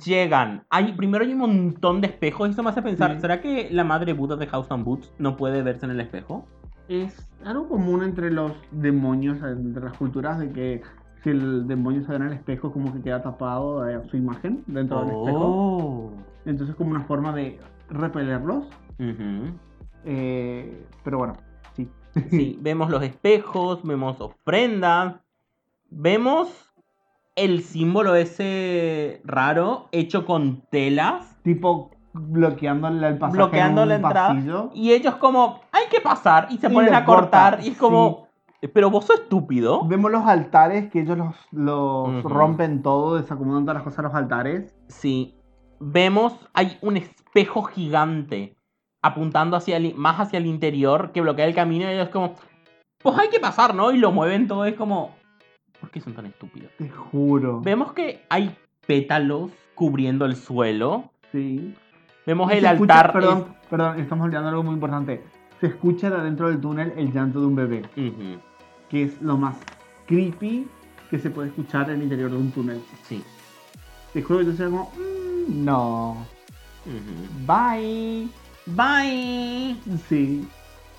Speaker 3: Llegan. Hay, primero hay un montón de espejos y eso me hace pensar,
Speaker 4: Sí.
Speaker 3: ¿será que la madre Buda de House and Boots no puede verse en el espejo?
Speaker 4: Es algo común entre los demonios, entre las culturas, de que si el demonio se ve en el espejo, como que queda tapado eh, su imagen dentro del espejo.
Speaker 3: Oh.
Speaker 4: Entonces, como una forma de repelerlos.
Speaker 3: Ujú.
Speaker 4: eh, pero bueno, sí.
Speaker 3: Sí, vemos los espejos, vemos ofrendas, vemos el símbolo ese raro hecho con telas
Speaker 4: Tipo bloqueando el el pasaje
Speaker 3: Bloqueando
Speaker 4: en un
Speaker 3: la entrada.
Speaker 4: pasillo.
Speaker 3: y ellos como hay que pasar y se
Speaker 4: Y
Speaker 3: ponen
Speaker 4: le
Speaker 3: a cortar
Speaker 4: corta,
Speaker 3: y es como "Eh, pero vos sos estúpido.
Speaker 4: Vemos los altares que ellos los, los
Speaker 3: Ujú.
Speaker 4: rompen todo, desacomodan todas las cosas a los altares.
Speaker 3: Sí, vemos hay un espejo gigante apuntando hacia el- más hacia el interior que bloquea el camino y ellos como pues hay que pasar, ¿no? Y lo mueven todo es como ¿por qué son tan estúpidos?
Speaker 4: Te juro.
Speaker 3: Vemos que hay pétalos cubriendo el suelo.
Speaker 4: Sí.
Speaker 3: Vemos
Speaker 4: Y
Speaker 3: el
Speaker 4: se escucha-
Speaker 3: altar.
Speaker 4: perdón, perdón, estamos olvidando algo muy importante. Se escucha de adentro del túnel el llanto de un bebé,
Speaker 3: es- Ujú,
Speaker 4: que es lo más creepy que se puede escuchar en el interior de un túnel.
Speaker 3: Sí.
Speaker 4: Te juro que yo soy como, "Mm, no,
Speaker 3: Ujú.
Speaker 4: bye.
Speaker 3: Bye.
Speaker 4: Sí.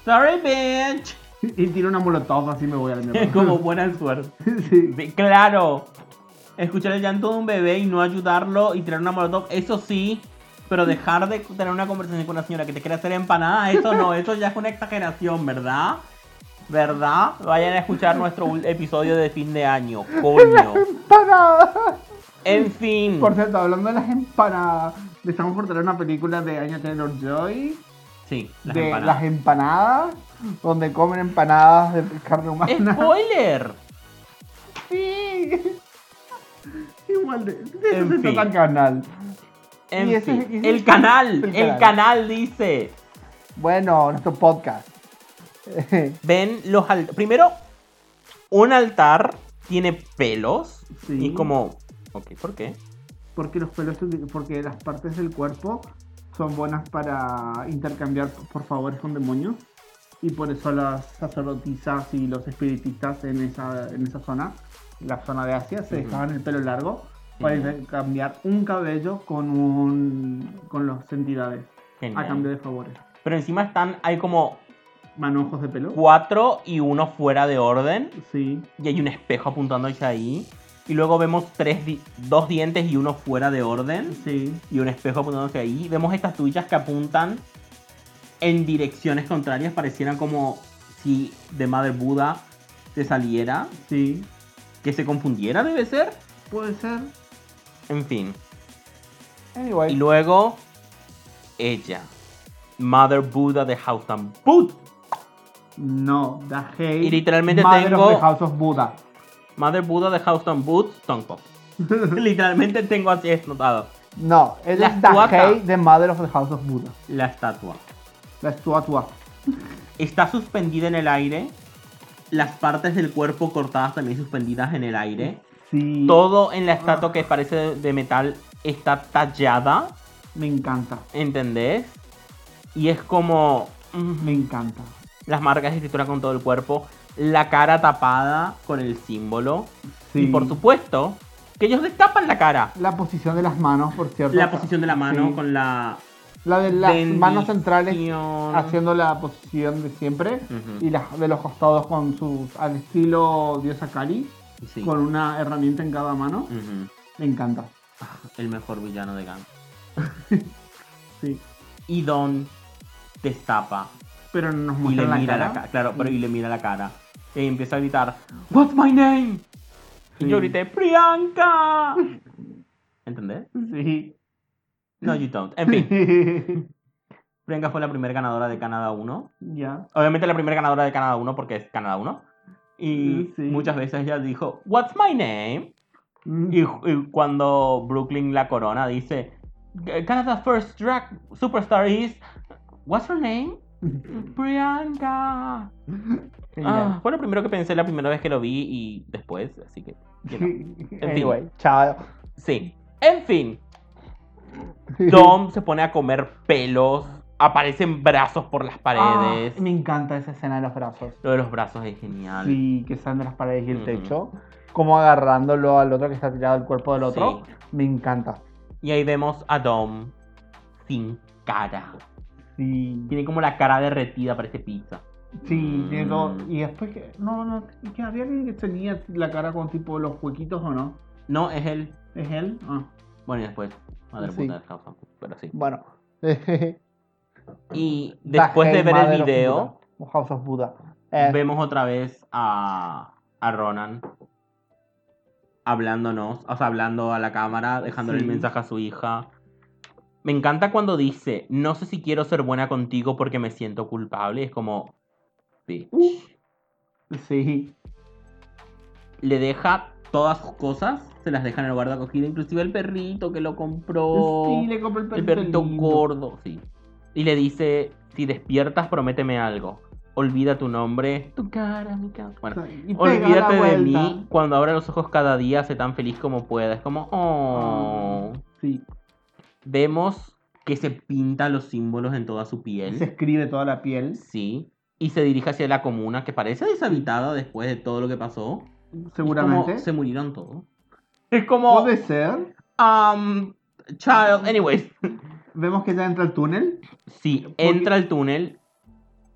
Speaker 3: Sorry, bitch.
Speaker 4: Y tiro una molotov así me voy al mierda.
Speaker 3: Como buena suerte.
Speaker 4: sí.
Speaker 3: Ve- Claro. Escuchar el llanto de un bebé y no ayudarlo y tirar una molotov, eso sí. Pero dejar de tener una conversación con una señora que te quiere hacer empanada, eso no, eso ya es una exageración, ¿verdad? ¿Verdad? Vayan a escuchar nuestro ul- episodio de fin de año, coño.
Speaker 4: Empanadas.
Speaker 3: En fin.
Speaker 4: Por cierto, hablando de las empanadas, estamos por tener una película de Anya Taylor Joy.
Speaker 3: Sí, las
Speaker 4: de
Speaker 3: empanadas.
Speaker 4: las empanadas, donde comen empanadas de carne humana.
Speaker 3: ¡Spoiler!
Speaker 4: Sí. Igual de. de
Speaker 3: En
Speaker 4: eso se
Speaker 3: fin.
Speaker 4: trata el canal.
Speaker 3: En
Speaker 4: Y ese-
Speaker 3: fin,
Speaker 4: y ese-
Speaker 3: el canal,
Speaker 4: el
Speaker 3: el,
Speaker 4: canal.
Speaker 3: canal dice.
Speaker 4: Bueno, nuestro podcast.
Speaker 3: Ven los altares. Primero, un altar tiene pelos.
Speaker 4: Sí.
Speaker 3: Y como. Ok, ¿por qué?
Speaker 4: porque los pelos. se uti- Porque las partes del cuerpo son buenas para intercambiar por favores con demonios. Y por eso las sacerdotisas y los espiritistas en esa, en esa zona, la zona de Asia, se
Speaker 3: Ujú.
Speaker 4: dejaban el pelo largo para
Speaker 3: Ujú.
Speaker 4: intercambiar un cabello con un con las entidades a
Speaker 3: Genial.
Speaker 4: cambio de favores.
Speaker 3: Pero encima están, hay como
Speaker 4: Manojos de pelo.
Speaker 3: cuatro y uno fuera de orden.
Speaker 4: Sí.
Speaker 3: Y hay un espejo apuntando hacia ahí. Y luego vemos tres di- dos dientes y uno fuera de orden.
Speaker 4: Sí.
Speaker 3: y un espejo apuntándose ahí. Vemos estas tuyas que apuntan en direcciones contrarias, parecieran como si de Mother Buda se saliera,
Speaker 4: Sí.
Speaker 3: que se confundiera, debe ser.
Speaker 4: Puede ser.
Speaker 3: En fin.
Speaker 4: Anyway.
Speaker 3: Y luego, ella, Mother Buddha de House and Boot.
Speaker 4: No, The Hate.
Speaker 3: Y literalmente
Speaker 4: Mother
Speaker 3: tengo-
Speaker 4: of the House of Buddha.
Speaker 3: Mother Buddha de House and Boot, Tongue Pop. Literalmente tengo así anotado.
Speaker 4: No, él
Speaker 3: La
Speaker 4: es The
Speaker 3: estatua.
Speaker 4: Hate de Mother of the House of Buddha.
Speaker 3: La estatua.
Speaker 4: La estatua.
Speaker 3: Está suspendida en el aire. Las partes del cuerpo cortadas también suspendidas en el aire.
Speaker 4: Sí.
Speaker 3: Todo en la estatua que parece de- de metal está tallada.
Speaker 4: Me encanta.
Speaker 3: ¿Entendés? Y es como. mm,
Speaker 4: Me encanta.
Speaker 3: Las marcas de escritura con todo el cuerpo. La cara tapada con el símbolo.
Speaker 4: Sí.
Speaker 3: Y por supuesto, que ellos destapan la cara.
Speaker 4: La posición de las manos, por cierto.
Speaker 3: La posición de la mano
Speaker 4: Sí.
Speaker 3: con la.
Speaker 4: La de las manos centrales
Speaker 3: bendición.
Speaker 4: haciendo la posición de siempre.
Speaker 3: Ujú.
Speaker 4: Y las de los costados con sus. al estilo Diosa Kali.
Speaker 3: Sí.
Speaker 4: Con una herramienta en cada mano.
Speaker 3: Ujú.
Speaker 4: Me encanta.
Speaker 3: El mejor villano de Gang.
Speaker 4: Sí.
Speaker 3: Y Don destapa.
Speaker 4: Pero no nos
Speaker 3: Y le
Speaker 4: muestra la
Speaker 3: mira
Speaker 4: cara.
Speaker 3: la cara. Claro, pero y le mira la cara. Y empieza a gritar: What's my name?
Speaker 4: Sí.
Speaker 3: Y yo grité: ¡Priyanka! ¿Entendés?
Speaker 4: Sí.
Speaker 3: No, you don't. En fin, Priyanka fue la primera ganadora de Canadá 1.
Speaker 4: ya.
Speaker 3: Obviamente la primera ganadora de Canadá 1 porque es Canadá 1. Y
Speaker 4: Sí.
Speaker 3: muchas veces ella dijo, What's my name? Y, y cuando Brooklyn la corona dice, Canada's first drag superstar is, What's her name? Priyanka. Ah,
Speaker 4: Genial.
Speaker 3: fue lo primero que pensé la primera vez que lo vi y después, así que... you know.
Speaker 4: anyway, chao.
Speaker 3: Sí. En fin, Dom se pone a comer pelos, aparecen brazos por las paredes.
Speaker 4: Ah, me encanta esa escena de los brazos.
Speaker 3: Lo de los brazos es genial.
Speaker 4: Sí, que salen de las paredes y el
Speaker 3: Ujú.
Speaker 4: techo. Como agarrándolo al otro que está tirado al cuerpo del otro.
Speaker 3: Sí.
Speaker 4: Me encanta.
Speaker 3: Y ahí vemos a Dom sin cara.
Speaker 4: Sí.
Speaker 3: Tiene como la cara derretida, parece pizza.
Speaker 4: Sí,
Speaker 3: Mm.
Speaker 4: tiene todo. Y después que. No, no. y que había alguien que tenía la cara con tipo los huequitos o no.
Speaker 3: No, es él.
Speaker 4: ¿Es él? Ah.
Speaker 3: Bueno, y después, madre
Speaker 4: Sí.
Speaker 3: puta del House of Hood, pero sí.
Speaker 4: Bueno.
Speaker 3: Y después de ver
Speaker 4: Mother
Speaker 3: el
Speaker 4: of
Speaker 3: video,
Speaker 4: Buddha. House of Buddha. Eh,
Speaker 3: vemos otra vez a, a Ronan hablándonos, o sea, hablando a la cámara, dejándole
Speaker 4: Sí.
Speaker 3: el mensaje a su hija. Me encanta cuando dice, no sé si quiero ser buena contigo porque me siento culpable. Y es como, bitch.
Speaker 4: Eh, sí.
Speaker 3: le deja todas sus cosas, se las deja en el guarda acogida, inclusive el perrito que lo compró,
Speaker 4: Sí, le compré el
Speaker 3: el
Speaker 4: perrito.
Speaker 3: perrito
Speaker 4: lindo.
Speaker 3: gordo, sí. Y le dice, si despiertas, prométeme algo. Olvida tu nombre, tu cara, mi cara. Bueno,
Speaker 4: Y pega
Speaker 3: olvídate de
Speaker 4: la vuelta.
Speaker 3: mí cuando abra los ojos cada día, sé tan feliz como pueda. Es como, oh.
Speaker 4: Sí.
Speaker 3: Vemos que se pinta los símbolos en toda su piel.
Speaker 4: Se escribe toda la piel.
Speaker 3: Sí. Y se dirige hacia la comuna, que parece deshabitada después de todo lo que pasó.
Speaker 4: Seguramente.
Speaker 3: Es como, se murieron todos. Es como,
Speaker 4: Puede ser.
Speaker 3: um, child, anyways.
Speaker 4: Vemos que ya entra el túnel
Speaker 3: Sí, entra al túnel,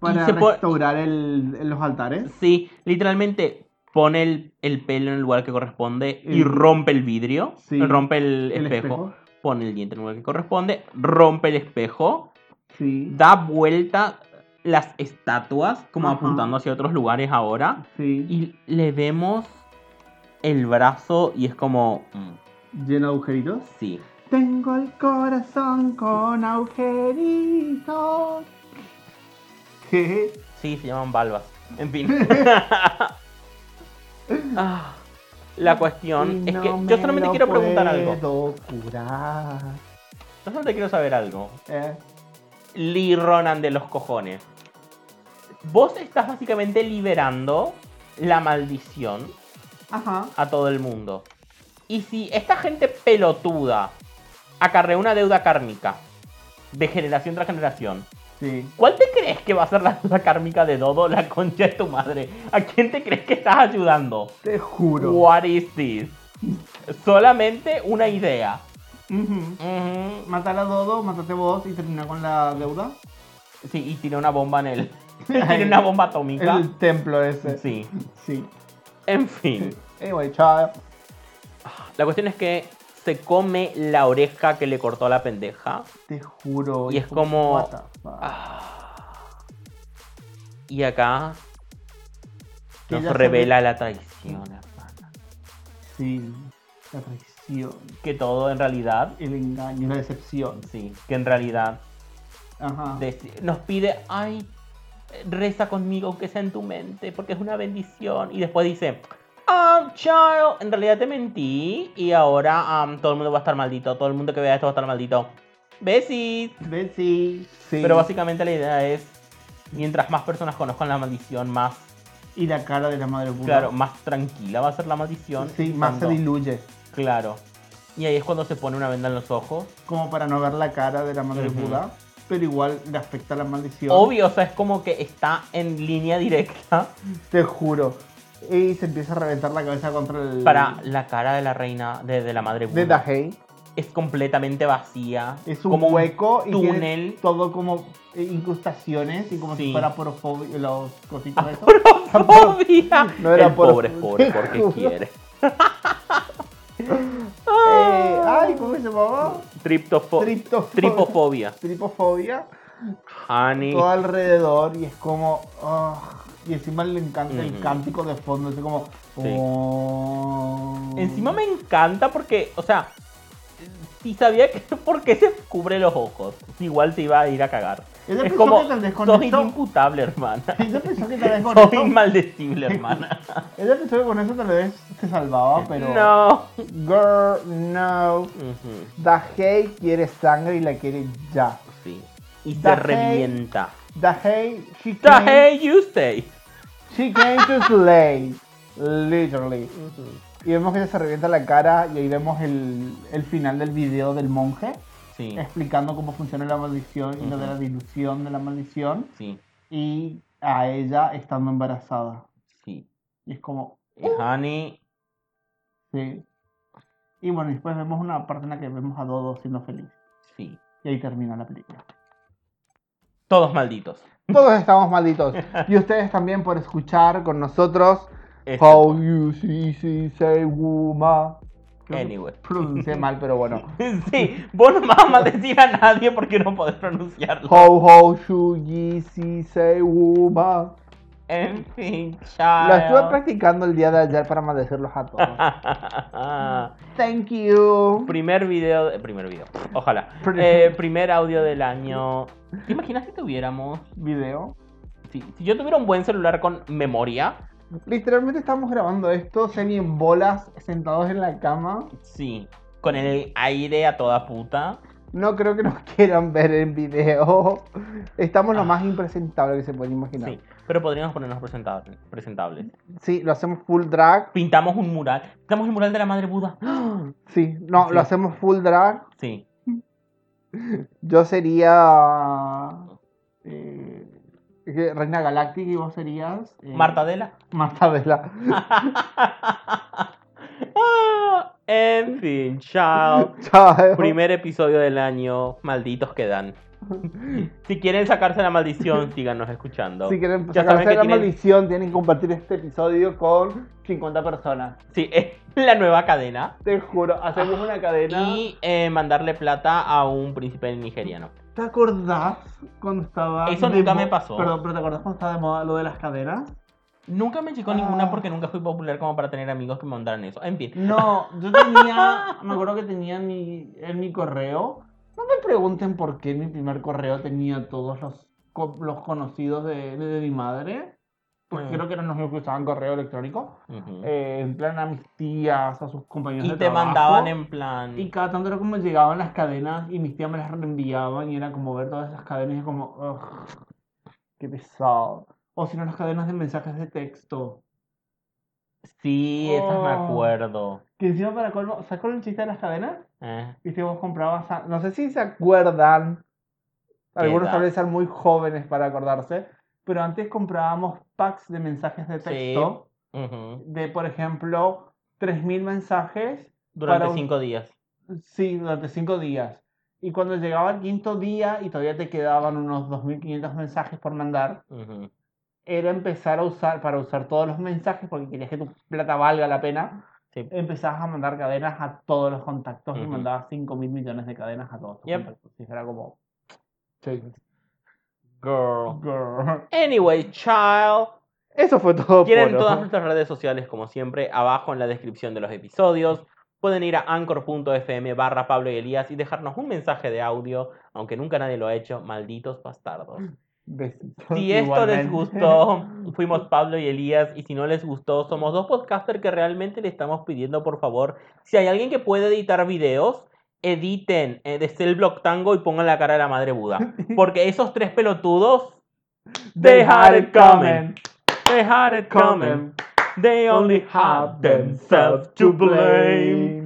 Speaker 4: para
Speaker 3: se po-
Speaker 4: restaurar el- el- los altares.
Speaker 3: sí, literalmente pone el, el pelo en el lugar que corresponde y
Speaker 4: El-
Speaker 3: rompe el vidrio,
Speaker 4: Sí,
Speaker 3: rompe el,
Speaker 4: El
Speaker 3: espejo,
Speaker 4: espejo.
Speaker 3: pone el diente en el lugar que corresponde, rompe el espejo,
Speaker 4: Sí.
Speaker 3: da vuelta las estatuas, como
Speaker 4: Ajá.
Speaker 3: apuntando hacia otros lugares ahora,
Speaker 4: Sí.
Speaker 3: y le vemos el brazo y es como, mm,
Speaker 4: Lleno de agujeritos.
Speaker 3: sí.
Speaker 4: Tengo el corazón con agujeritos. Jeje.
Speaker 3: Sí, se llaman balbas. En fin. Ah, la cuestión
Speaker 4: Y
Speaker 3: es
Speaker 4: no
Speaker 3: que
Speaker 4: me
Speaker 3: yo solamente
Speaker 4: lo
Speaker 3: quiero preguntar algo.
Speaker 4: puedo curar.
Speaker 3: Yo solamente quiero saber algo.
Speaker 4: Eh,
Speaker 3: Lee Ronan de los cojones. Vos estás básicamente liberando la maldición
Speaker 4: Ajá.
Speaker 3: a todo el mundo. Y si esta gente pelotuda acarrea una deuda kármica de generación tras generación,
Speaker 4: Sí.
Speaker 3: ¿Cuál te crees que va a ser la deuda kármica de Dodo, la concha de tu madre? ¿A quién te crees que estás ayudando?
Speaker 4: Te juro.
Speaker 3: What is this? Solamente una idea.
Speaker 4: Ujú.
Speaker 3: Ujú.
Speaker 4: Matar a Dodo, matate vos y terminar con la deuda.
Speaker 3: Sí, y tiene una bomba en él. tiene una bomba atómica.
Speaker 4: El templo ese.
Speaker 3: Sí.
Speaker 4: Sí.
Speaker 3: En fin.
Speaker 4: Anyway, chao.
Speaker 3: La cuestión es que se come la oreja que le cortó a la pendeja.
Speaker 4: Te juro.
Speaker 3: Y es como- ah.
Speaker 4: what the fuck.
Speaker 3: Y acá
Speaker 4: Que
Speaker 3: nos
Speaker 4: ya se
Speaker 3: revela la traición. hermano.
Speaker 4: Sí. La traición. decepción.
Speaker 3: que todo en realidad,
Speaker 4: El engaño, la decepción.
Speaker 3: sí, que en realidad
Speaker 4: Ajá.
Speaker 3: deci- nos pide, ay, reza conmigo aunque sea en tu mente, porque es una bendición. Y después dice, ah, child, en realidad te mentí y ahora am, todo el mundo va a estar maldito, todo el mundo que vea esto va a estar maldito. Besis.
Speaker 4: Bessie. Sí.
Speaker 3: Pero básicamente la idea es, mientras más personas conozcan la maldición, más,
Speaker 4: Y la cara de la madre Buda.
Speaker 3: claro, más tranquila va a ser la maldición.
Speaker 4: Sí, más se
Speaker 3: Cuando-
Speaker 4: diluye.
Speaker 3: Claro. Y ahí es cuando se pone una venda en los ojos.
Speaker 4: Como para no ver la cara de la madre
Speaker 3: Ujú.
Speaker 4: Buda. Pero igual le afecta la maldición.
Speaker 3: Obvio, o sea, es como que está en línea directa
Speaker 4: Te juro. Y se empieza a reventar la cabeza contra el.
Speaker 3: para la cara de la reina, de, de la madre
Speaker 4: De
Speaker 3: Buda.
Speaker 4: Dahei.
Speaker 3: Es completamente vacía.
Speaker 4: Es un
Speaker 3: como
Speaker 4: hueco y tiene
Speaker 3: túnel.
Speaker 4: todo como eh, incrustaciones y como
Speaker 3: Sí. Ah.
Speaker 4: si fuera porofobia. Los cositas de esos.
Speaker 3: ¡Fobia!
Speaker 4: No era
Speaker 3: El
Speaker 4: por-
Speaker 3: pobre es pobre porque quiere.
Speaker 4: Eh, ay, ¿cómo se llamaba?
Speaker 3: Triptofo-
Speaker 4: Triptofobia.
Speaker 3: Tripofobia.
Speaker 4: Tripofobia.
Speaker 3: Honey.
Speaker 4: Todo alrededor y es como. ah, y encima le encanta el
Speaker 3: Ujú.
Speaker 4: cántico de fondo. Es como.
Speaker 3: Sí.
Speaker 4: oh.
Speaker 3: Encima me encanta porque, o sea, si sabía que por qué se cubre los ojos, igual se iba a ir a cagar.
Speaker 4: Ella
Speaker 3: Es
Speaker 4: pensó
Speaker 3: como,
Speaker 4: que tal vez con
Speaker 3: sos
Speaker 4: esto-
Speaker 3: inimputable, hermana.
Speaker 4: Ella pensó que tal vez con
Speaker 3: Sos
Speaker 4: eso.
Speaker 3: inmaldecible, hermana.
Speaker 4: Ella pensó que con eso tal vez se salvaba, pero.
Speaker 3: No.
Speaker 4: Girl, no.
Speaker 3: Ujú,
Speaker 4: Dahei quiere sangre y la quiere ya.
Speaker 3: Sí. Y se
Speaker 4: Dahei.
Speaker 3: revienta.
Speaker 4: Dahei, she
Speaker 3: The
Speaker 4: came,
Speaker 3: hey you stay.
Speaker 4: she came to slay. Literally.
Speaker 3: Ujú,
Speaker 4: Y vemos que ella se revienta la cara y ahí vemos el, el final del video del monje
Speaker 3: Sí,
Speaker 4: Eh. explicando cómo funciona la maldición y lo de la dilución de la maldición
Speaker 3: sí,
Speaker 4: y a ella estando embarazada.
Speaker 3: sí.
Speaker 4: Y es como,
Speaker 3: Y Honey,
Speaker 4: sí. Y bueno, y después vemos una parte en la que vemos a Dodo siendo feliz.
Speaker 3: sí.
Speaker 4: Y ahí termina la película.
Speaker 3: Todos malditos.
Speaker 4: Todos estamos malditos. Y ustedes también por escuchar con nosotros.
Speaker 3: Este-
Speaker 4: How you see, see, say, woman. Creo que
Speaker 3: Anyway.
Speaker 4: Pronuncié mal, pero bueno.
Speaker 3: Sí, vos no vas a maldecir a nadie porque no podés pronunciarlo.
Speaker 4: How, how, should ye see, say, woman.
Speaker 3: En fin,
Speaker 4: Lo estuve
Speaker 3: chao.
Speaker 4: practicando el día de ayer para maldecirlos a todos. Thank you.
Speaker 3: primer video, eh, primer video, ojalá.
Speaker 4: Pr-
Speaker 3: Eh, primer audio del año. ¿Te imaginas si tuviéramos,
Speaker 4: Video.
Speaker 3: si, si yo tuviera un buen celular con memoria?
Speaker 4: Literalmente estamos grabando esto semi en bolas, sentados en la cama.
Speaker 3: Sí, con el aire a toda puta.
Speaker 4: No creo que nos quieran ver en video. Estamos lo más impresentable que se puede imaginar.
Speaker 3: Ah. Sí, pero podríamos ponernos presentables. presentables.
Speaker 4: Sí, lo hacemos full drag.
Speaker 3: Pintamos un mural. Pintamos el mural de la madre Buda.
Speaker 4: Sí, no,
Speaker 3: Sí.
Speaker 4: lo hacemos full drag.
Speaker 3: Sí,
Speaker 4: Yo sería. eh, Reina Galáctica y vos serías. eh,
Speaker 3: Marta Dela.
Speaker 4: Marta Vela.
Speaker 3: Ah, en fin, chao.
Speaker 4: Chao.
Speaker 3: Primer episodio del año. Malditos quedan. Si quieren sacarse la maldición, síganos escuchando.
Speaker 4: Si quieren
Speaker 3: Ya saben
Speaker 4: sacarse
Speaker 3: que
Speaker 4: la
Speaker 3: tienen-
Speaker 4: maldición, tienen que compartir este episodio con 50 personas.
Speaker 3: Sí, es la nueva cadena.
Speaker 4: Te juro, hacemos una cadena.
Speaker 3: Y eh, mandarle plata a un príncipe nigeriano.
Speaker 4: ¿Te acordás cuando estaba.
Speaker 3: Eso
Speaker 4: de
Speaker 3: nunca
Speaker 4: mo-
Speaker 3: me pasó.
Speaker 4: Perdón, pero ¿te acordás cuando estaba de moda lo de las cadenas?
Speaker 3: Nunca me llegó
Speaker 4: Ah. Eh,
Speaker 3: ninguna porque nunca fui popular como para tener amigos que me mandaran eso. En fin.
Speaker 4: No, yo tenía. me acuerdo que tenía en mi, en mi correo. No me pregunten por qué en mi primer correo tenía todos los, co- los conocidos de, de- de mi madre. Porque
Speaker 3: Mm.
Speaker 4: creo que eran los que usaban correo electrónico.
Speaker 3: Ujú.
Speaker 4: Eh, en plan a mis tías, a sus compañeros
Speaker 3: y
Speaker 4: de
Speaker 3: te
Speaker 4: trabajo.
Speaker 3: mandaban en plan.
Speaker 4: Y cada tanto era como llegaban las cadenas y mis tías me las reenviaban y era como ver todas esas cadenas y es como, "Ugh, qué pesado. O si no, las cadenas de mensajes de texto.
Speaker 3: Sí, esas me
Speaker 4: Oh.
Speaker 3: acuerdo.
Speaker 4: Que encima para colmo, ¿sacó el chiste de las cadenas?
Speaker 3: Eh,
Speaker 4: Y si vos comprabas, a- no sé si se acuerdan, algunos
Speaker 3: edad?
Speaker 4: tal vez sean muy jóvenes para acordarse, pero antes comprábamos packs de mensajes de
Speaker 3: Sí.
Speaker 4: texto
Speaker 3: ujú.
Speaker 4: de, por ejemplo, 3.000 mensajes
Speaker 3: Durante
Speaker 4: Para un-
Speaker 3: cinco días.
Speaker 4: Sí, durante cinco días. Y cuando llegaba el quinto día y todavía te quedaban unos 2.500 mensajes por mandar,
Speaker 3: Ujú.
Speaker 4: era empezar a usar, para usar todos los mensajes, porque querías que tu plata valga la pena,
Speaker 3: Sí.
Speaker 4: empezabas a mandar cadenas a todos los contactos y
Speaker 3: Ujú.
Speaker 4: mandabas 5.000 millones de cadenas a todos tus
Speaker 3: Yep.
Speaker 4: contactos. Y era como... Sí.
Speaker 3: Girl.
Speaker 4: Grrr.
Speaker 3: Anyway, child.
Speaker 4: Eso fue todo
Speaker 3: Tienen
Speaker 4: por
Speaker 3: todas
Speaker 4: hoy.
Speaker 3: nuestras redes sociales, como siempre, abajo en la descripción de los episodios. pueden ir a anchor.fm barra Pablo y Elías y dejarnos un mensaje de audio, aunque nunca nadie lo ha hecho, malditos bastardos.
Speaker 4: Besitos.
Speaker 3: Si esto les
Speaker 4: igualmente.
Speaker 3: gustó, fuimos Pablo y Elías. Y si no les gustó, somos dos podcasters que realmente le estamos pidiendo, por favor, si hay alguien que puede editar videos, editen eh, desde el blog tango y pongan la cara de la madre Buda. Porque esos tres pelotudos, They had it coming. they had it coming. They only have themselves to blame.